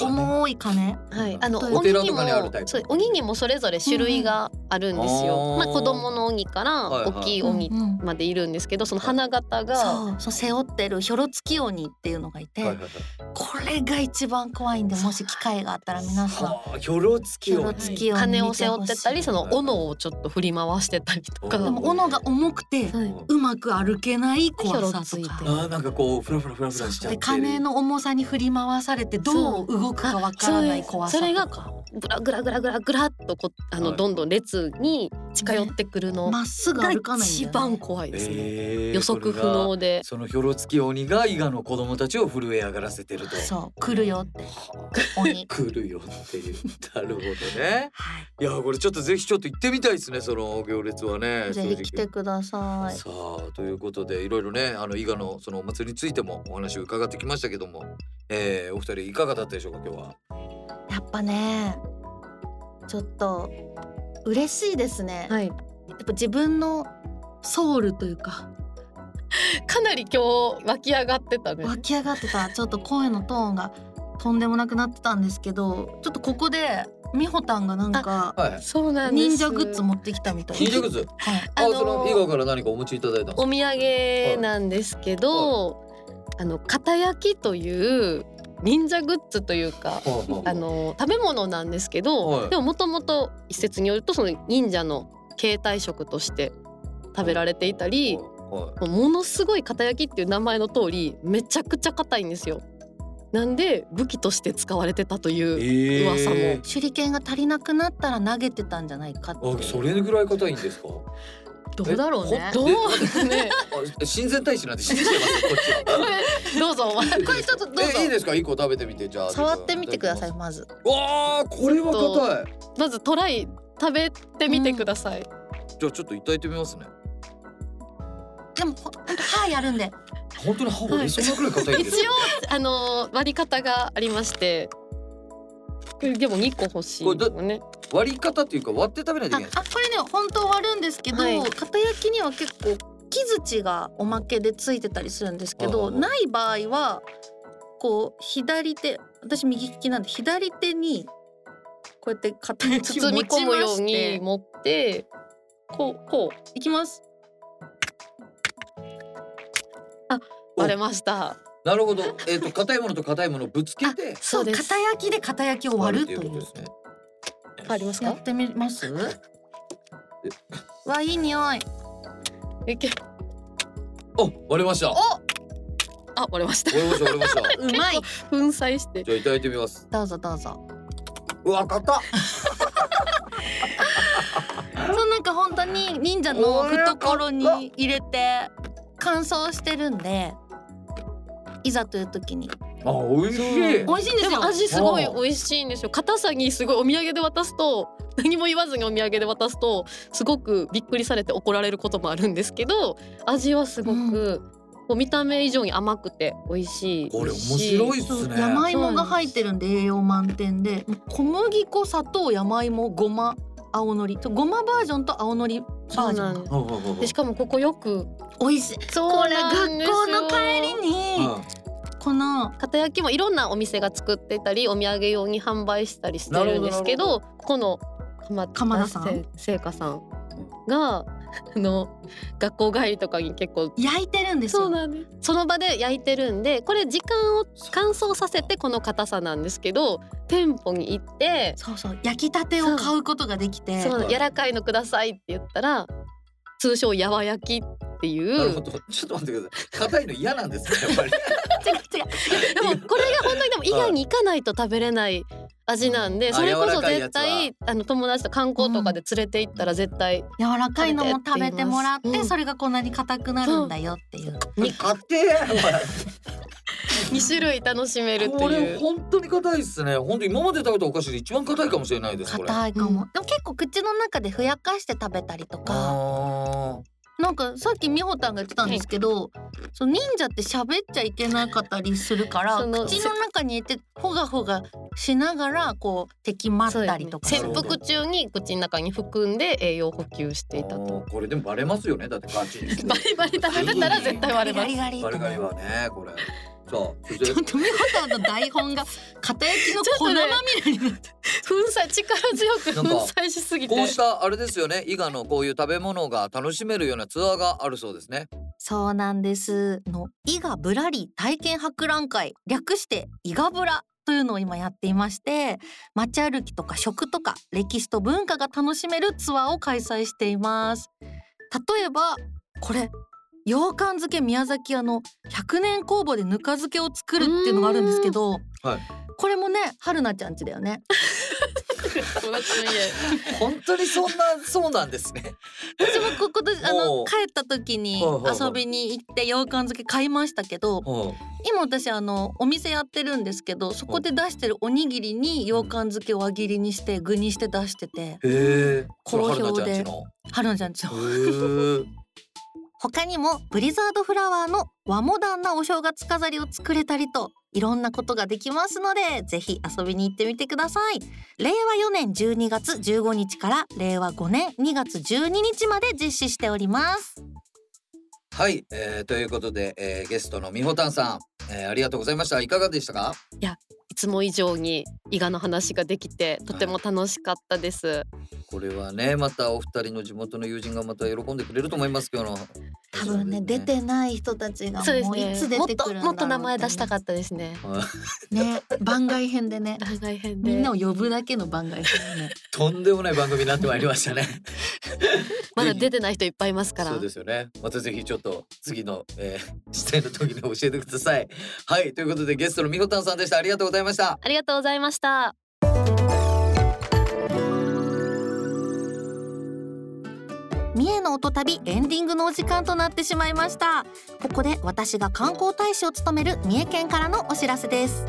Speaker 1: 重い鐘
Speaker 3: はい、あの
Speaker 1: お
Speaker 3: 鬼
Speaker 2: 寺
Speaker 3: に
Speaker 2: と
Speaker 3: も
Speaker 2: かにあるタイプ
Speaker 3: そう鬼にもそれぞれ種類があるんです
Speaker 2: うん
Speaker 3: よ。ま
Speaker 2: あ
Speaker 3: あ
Speaker 2: ー
Speaker 3: 子供の鬼から
Speaker 2: はいはい
Speaker 3: 大きい鬼
Speaker 1: うんうん
Speaker 3: までいるんですけど、その花形が
Speaker 1: そうそう背負ってるひょろつき鬼っていうのがいて、
Speaker 2: はいはい
Speaker 1: これが一番怖いんでもし機会があったら皆さん
Speaker 2: はい。ひょろつき
Speaker 1: ひょ
Speaker 2: 鬼
Speaker 1: ろつき鬼
Speaker 3: 羽を背負ってたり、その
Speaker 2: はい
Speaker 3: 斧をちょっと振り回してたりとか。
Speaker 2: うん
Speaker 1: でも斧が重くて
Speaker 3: はいう
Speaker 1: うまく歩けない怖さ
Speaker 3: ひょ
Speaker 1: と
Speaker 3: ろつい
Speaker 1: か
Speaker 3: て。
Speaker 2: あーなんかこうフラフラフラフラしちゃっ
Speaker 1: で
Speaker 2: て
Speaker 1: 金の重さに振り回されてどう動くかわからない怖さ
Speaker 3: それが
Speaker 1: と
Speaker 3: こ
Speaker 1: か
Speaker 3: うグラグラグラグラグラっとこあの、
Speaker 2: はい
Speaker 3: どんどん列に近寄ってくるのが
Speaker 1: まっすぐ歩かないんだ
Speaker 3: 一
Speaker 1: よね
Speaker 3: 番怖いですね。
Speaker 2: えー
Speaker 3: 予測不能で。
Speaker 2: そのひょろつき鬼が伊賀の子供たちを震え上がらせてると
Speaker 1: そう来るよって鬼
Speaker 2: 来るよっていう なるほどね
Speaker 1: はい
Speaker 2: やこれちょっとぜひちょっと行ってみたいですねその行列はね
Speaker 1: いぜ
Speaker 2: 正
Speaker 1: ひ
Speaker 2: 直
Speaker 1: 来てください
Speaker 2: さあということでいろいろねあの伊賀のそのお祭りについてもお話を伺ってきましたけども、えー、お二人いかがだったでしょうか今日は。
Speaker 1: やっぱねちょっと嬉しいですね、
Speaker 3: はい、
Speaker 1: やっぱ自分のソウルというか
Speaker 3: かなり今日湧き上がってたね。
Speaker 1: 湧き上がってたちょっと声のトーンがとんでもなくなってたんですけどちょっとここで美穂たんがなんか
Speaker 2: はい。
Speaker 3: そうなんです。
Speaker 1: 忍者グッズ持ってきたみたい
Speaker 2: 金グッズ。
Speaker 1: はい
Speaker 2: あ、
Speaker 3: あのー
Speaker 2: その伊賀から何かお持ちいただいたんです
Speaker 3: お土産なんですけど、あの片焼きという忍者グッズというか
Speaker 2: か。。はいはい
Speaker 3: あの食べ物なんですけど、
Speaker 2: はい
Speaker 3: でももともと一説によるとその忍者の携帯食として食べられていたり、
Speaker 2: は
Speaker 3: ものすごい片焼きっていう名前の通りめちゃくちゃ硬いんですよ。なんで武器として使われてたとい
Speaker 2: い。
Speaker 3: う、
Speaker 2: ええ
Speaker 3: 噂も
Speaker 1: 手裏剣が足りなくなったら投げてたんじゃないかって
Speaker 2: あ、それぐらい硬いんですか。
Speaker 1: どうだろうね
Speaker 2: えほ
Speaker 3: どう ね
Speaker 2: あ親善大使なんて信じて ますよこっちは
Speaker 3: どうぞお前
Speaker 1: これちょっとどうぞ
Speaker 2: えいいですか一個食べてみてじゃあ
Speaker 1: 触ってみてください
Speaker 2: わ
Speaker 1: まず
Speaker 2: あこれは硬い
Speaker 3: まずトライ食べてみてください、
Speaker 2: じゃあちょっといただいてみますね
Speaker 1: でもほんと歯やるんで
Speaker 2: 本当に歯折れそうなくらい硬いんで
Speaker 3: 一
Speaker 2: す
Speaker 3: 応あの割り方がありましてこれでも2個欲しい
Speaker 2: これだ
Speaker 3: のね
Speaker 2: 割り方っていうか割って食べないと
Speaker 1: あ
Speaker 2: いけないんですか
Speaker 1: あこれね本当割るんですけど、
Speaker 3: はい
Speaker 1: 片焼きには結構木槌がおまけでついてたりするんですけ
Speaker 2: はい
Speaker 1: ど
Speaker 2: はいはい
Speaker 1: ない場合はこう左手私右利きなんで左手にこうやって片焼きを
Speaker 3: 包み
Speaker 1: 持ち
Speaker 3: 込
Speaker 1: ま
Speaker 3: むよう
Speaker 1: し
Speaker 3: に
Speaker 1: て
Speaker 3: 持ってこうこう
Speaker 1: いきます
Speaker 3: 割れました
Speaker 2: なるほどえっ、と硬いものと硬いものをぶつけて
Speaker 1: そう
Speaker 3: そうです
Speaker 1: 片焼きで片焼きを割るという
Speaker 2: ことですね
Speaker 3: あります
Speaker 1: や
Speaker 3: か
Speaker 1: ってみますわいい匂い
Speaker 3: いけ
Speaker 2: お割れました割
Speaker 3: あ割れました
Speaker 2: れました割れました
Speaker 1: うまい
Speaker 3: 粉砕して
Speaker 2: じゃあいただいてみます
Speaker 1: どうぞどうぞ
Speaker 2: うわ硬っ
Speaker 1: そうなんか本当に忍者の懐に入れて乾燥してるんでいざという時に
Speaker 2: あ美味しい
Speaker 1: 美味しいんで
Speaker 3: です
Speaker 1: よ
Speaker 3: も味すごい美味しいんですよ硬さにすごいお土産で渡すと 何も言わずにお土産で渡すとすごくびっくりされて怒られることもあるんですけど味はすごく、こう見た目以上に甘くて美味しい
Speaker 2: これ面
Speaker 3: 美
Speaker 2: 白
Speaker 3: 味し
Speaker 2: いっ
Speaker 1: そ
Speaker 2: す
Speaker 1: う
Speaker 2: ね
Speaker 1: 山芋が入ってるんで栄養満点で小麦粉砂糖山芋ごま青のりとごまバージョンと青のりバージ
Speaker 3: そう
Speaker 1: ョ
Speaker 3: なん
Speaker 1: ン
Speaker 3: で
Speaker 1: が
Speaker 2: うんうんうんうん
Speaker 3: でしかもここよく
Speaker 1: 美味しい
Speaker 3: そ
Speaker 1: こ
Speaker 3: う
Speaker 1: れ
Speaker 3: な
Speaker 1: 学
Speaker 3: んですよ
Speaker 1: 校の帰りに
Speaker 2: うん
Speaker 1: この
Speaker 3: 片焼きもいろんなお店が作ってたりお土産用に販売したりしてるんですけどここの鎌
Speaker 1: 鎌田さん
Speaker 3: せ聖華さんが あの学校帰りとかに結構
Speaker 1: 焼いてるんです
Speaker 3: そう
Speaker 1: よ
Speaker 3: なんですその場で焼いてるんでこれ時間を乾燥させてこの硬さなんですけど店舗に行って
Speaker 1: そうそう焼きたてを買うことができ
Speaker 3: 「
Speaker 1: て
Speaker 3: そう柔らかいのください」って言ったら通称「やわ焼き」ってい
Speaker 2: なるほ
Speaker 3: う
Speaker 2: どちょっと待ってください硬いの嫌なんですねやっぱり
Speaker 1: 違う違う
Speaker 3: でもこれが本当にでも以外に行かないと食べれない味なんで
Speaker 2: あ
Speaker 3: それこ
Speaker 2: 柔ら
Speaker 3: そ
Speaker 2: かいや
Speaker 3: 絶
Speaker 2: つは
Speaker 3: 対あの友達と観光とかで連れて行ったら絶対
Speaker 1: 柔らかいのも食べてもらっ
Speaker 3: 食べてって言いま
Speaker 1: て
Speaker 3: す
Speaker 1: それがこんなに硬くなるんだよっていう
Speaker 2: 硬いや
Speaker 3: 2種類楽しめるって
Speaker 2: こ
Speaker 3: い
Speaker 2: れ
Speaker 3: う。
Speaker 2: 本当に硬いですね本当今まで食べたお菓子で一番硬いかもしれないですこれ
Speaker 1: 硬いかも
Speaker 3: う
Speaker 1: でも結構口の中でふやかして食べたりとか
Speaker 2: あ
Speaker 1: なんかさっきみほたんが言ってたんですけどその忍者って喋っちゃいけなかったりするから
Speaker 3: その
Speaker 1: 口の中に入れてほがほがしながらこう敵まっ
Speaker 3: そう
Speaker 1: たり
Speaker 3: ですね
Speaker 1: とか
Speaker 2: そうです
Speaker 3: 潜伏中に口の中に含んで栄養補給していたと。
Speaker 2: ーこれでもバレますよねだってガチ
Speaker 3: バリバリ食べてたら絶対割れます。
Speaker 1: ガリガ
Speaker 2: バ
Speaker 1: リ
Speaker 2: レ
Speaker 1: ガ
Speaker 2: ガ
Speaker 1: リ
Speaker 2: リ
Speaker 1: と
Speaker 2: はねこれさあそ し て
Speaker 1: ちょっとみほたんの台本が片焼きの粉まみれになって
Speaker 3: 粉砕力強く粉砕しすぎて
Speaker 2: こうしたあれですよね伊賀のこういう食べ物が楽しめるようなツアーがあるそうですね
Speaker 1: そうなんです。の伊賀ぶらり体験博覧会略して伊賀ぶらというのを今やっていまして街歩きとか食とか歴史と文化が楽しめるツアーを開催しています。例えばこれ羊羹漬け宮崎屋の100年工房でぬか漬けを作るっていうのがあるんですけど、
Speaker 2: はい
Speaker 1: これもね春菜ちゃん家だよね。
Speaker 3: 友達の
Speaker 2: 本当にそんなそうなんですね
Speaker 1: 私もここであ
Speaker 2: お
Speaker 1: の
Speaker 2: う
Speaker 1: 帰った時に
Speaker 2: はいはいはい
Speaker 1: 遊びに行って羊羹漬け買いましたけど、
Speaker 2: うん
Speaker 1: 今私あのお店やってるんですけどそこで出してるおにぎりに羊羹漬けを輪切りにして具にして出してて
Speaker 2: へえ
Speaker 1: 好評で
Speaker 2: ちゃんちの
Speaker 1: 春菜ちゃんちの
Speaker 2: へえ
Speaker 1: 他にもブリザードフラワーの和モダンなお正月飾りを作れたりといろんなことができますのでぜひ遊びに行ってみてください令和4年12月15日から令和5年2月12日まで実施しております
Speaker 2: はい、えー、ということで、えー、ゲストのみほたんさん、えー、ありがとうございましたいかがでしたか
Speaker 3: いつも以上に伊賀の話ができてとても楽しかったです。
Speaker 2: これはねまたお二人の地元の友人がまた喜んでくれると思います今日の
Speaker 1: 多分ね出てない人たちがもういつ出
Speaker 3: もって
Speaker 1: く
Speaker 3: と
Speaker 1: るんだろうってね
Speaker 3: もっと名前出したかったですね。
Speaker 1: ね番外編でね
Speaker 3: 大変で。
Speaker 1: みんなを呼ぶだけの番外編ね
Speaker 2: とんでもない番組になってまいりましたね
Speaker 3: まだ出てない人いっぱいいますから。
Speaker 2: そうですよねまたぜひちょっと次の、えー、出演の時に教えてくださいはいということでゲストのみほたんさんでしたありがとうございました
Speaker 3: ありがとうございました。
Speaker 1: 「三重の音旅エンディングのお時間となってしまいましたここで私が観光大使を務める三重県からのお知らせです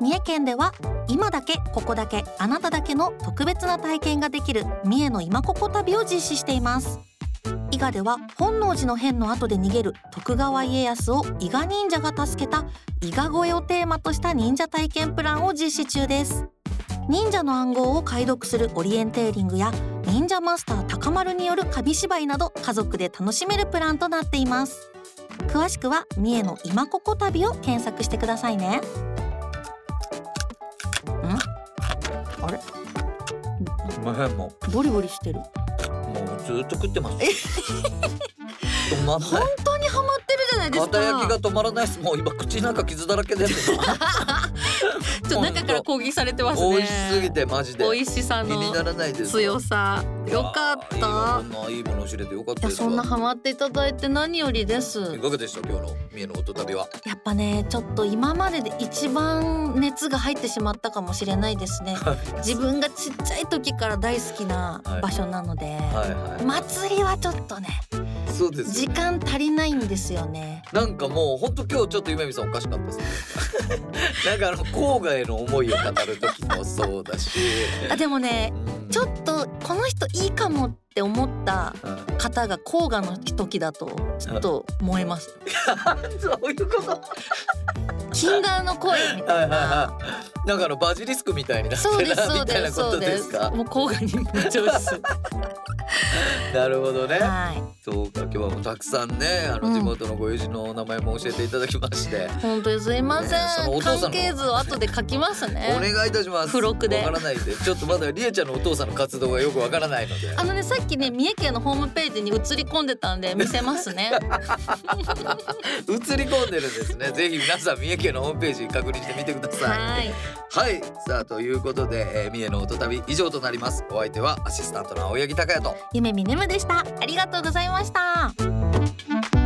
Speaker 1: 三重県では今だけここだけあなただけの特別な体験ができる三重の今ここ旅を実施しています伊賀では本能寺の変の後で逃げる徳川家康を伊賀忍者が助けた伊賀越えをテーマとした忍者体験プランを実施中です忍者の暗号を解読するオリエンテーリングや忍者マスター高丸による紙芝居など家族で楽しめるプランとなっています詳しくは三重の今ここ旅を検索してくださいねんあれ
Speaker 2: まへんも
Speaker 1: ボリボリしてる
Speaker 2: うもうずっと食ってます止まんない
Speaker 1: 本当にハマってるじゃないですか
Speaker 2: 肩焼きが止まらないですもう今口なんか傷だらけですよ
Speaker 1: ちょっと中から攻撃されてますね
Speaker 2: 美味しすぎてマジで
Speaker 1: 美味しさ
Speaker 2: 気に
Speaker 1: の
Speaker 2: ならないです
Speaker 1: 強さよかった
Speaker 2: いやーいいわこんないいものを知れてよかっ
Speaker 1: い
Speaker 2: た
Speaker 1: や
Speaker 2: です
Speaker 1: そんなハマっていただいて何よりです
Speaker 2: いかがでした今日の三重の音旅は
Speaker 1: やっぱねちょっと今までで一番熱が入ってしまったかもしれないですね自分がちっちゃい時から大好きな場所なので、
Speaker 2: はいはい、
Speaker 1: 祭りはちょっとね
Speaker 2: そうです
Speaker 1: 時
Speaker 2: よね
Speaker 1: 間足りないんですよね
Speaker 2: なんかもう本当今日ちょっと夢見さんおかしかった ですねなんかあの郊外への思いを語る時もそうだし
Speaker 1: あでもね
Speaker 2: う ん
Speaker 1: ちょっとこの人いいかもって思った
Speaker 2: うん
Speaker 1: 方が甲賀の時だとちょっと燃えます
Speaker 2: そういうこと
Speaker 1: 禁断の恋み
Speaker 2: は
Speaker 1: た
Speaker 2: いはいい
Speaker 1: な
Speaker 2: はい。なんかあのバジリスクみたいになって
Speaker 1: そうです
Speaker 2: な
Speaker 1: そ
Speaker 2: み
Speaker 1: う
Speaker 2: た
Speaker 1: で
Speaker 2: いな
Speaker 1: す
Speaker 2: こ
Speaker 1: そ
Speaker 2: と
Speaker 1: う
Speaker 2: で
Speaker 1: です
Speaker 2: すか。
Speaker 1: もう甲賀に夢中です
Speaker 2: なるほどね。
Speaker 1: は
Speaker 2: そうか今日はもうたくさんねあ
Speaker 1: う
Speaker 2: の
Speaker 1: ん
Speaker 2: 地元のご友人のお名前も教えていただきまして、
Speaker 1: い本当にすいませ
Speaker 2: ねえその
Speaker 1: ん
Speaker 2: お父さんの
Speaker 1: 関係図を後で書きますね
Speaker 2: お願いいたします。
Speaker 1: 付録で
Speaker 2: わからないんでちょっとまだりえちゃんのお父さんの活動がよくわからないので。
Speaker 1: あのねさっきね三重県のホームページに映り込んでたんで見せます ね
Speaker 2: 映り込んでるんですね。ぜひ皆さん三重県のホームページ確認してみてください。
Speaker 1: はい
Speaker 2: はい。さあということで、えー、三重の音旅以上となります。お相手はアシスタントの青柳孝也と。
Speaker 1: 夢見ねむでしたありがとうございました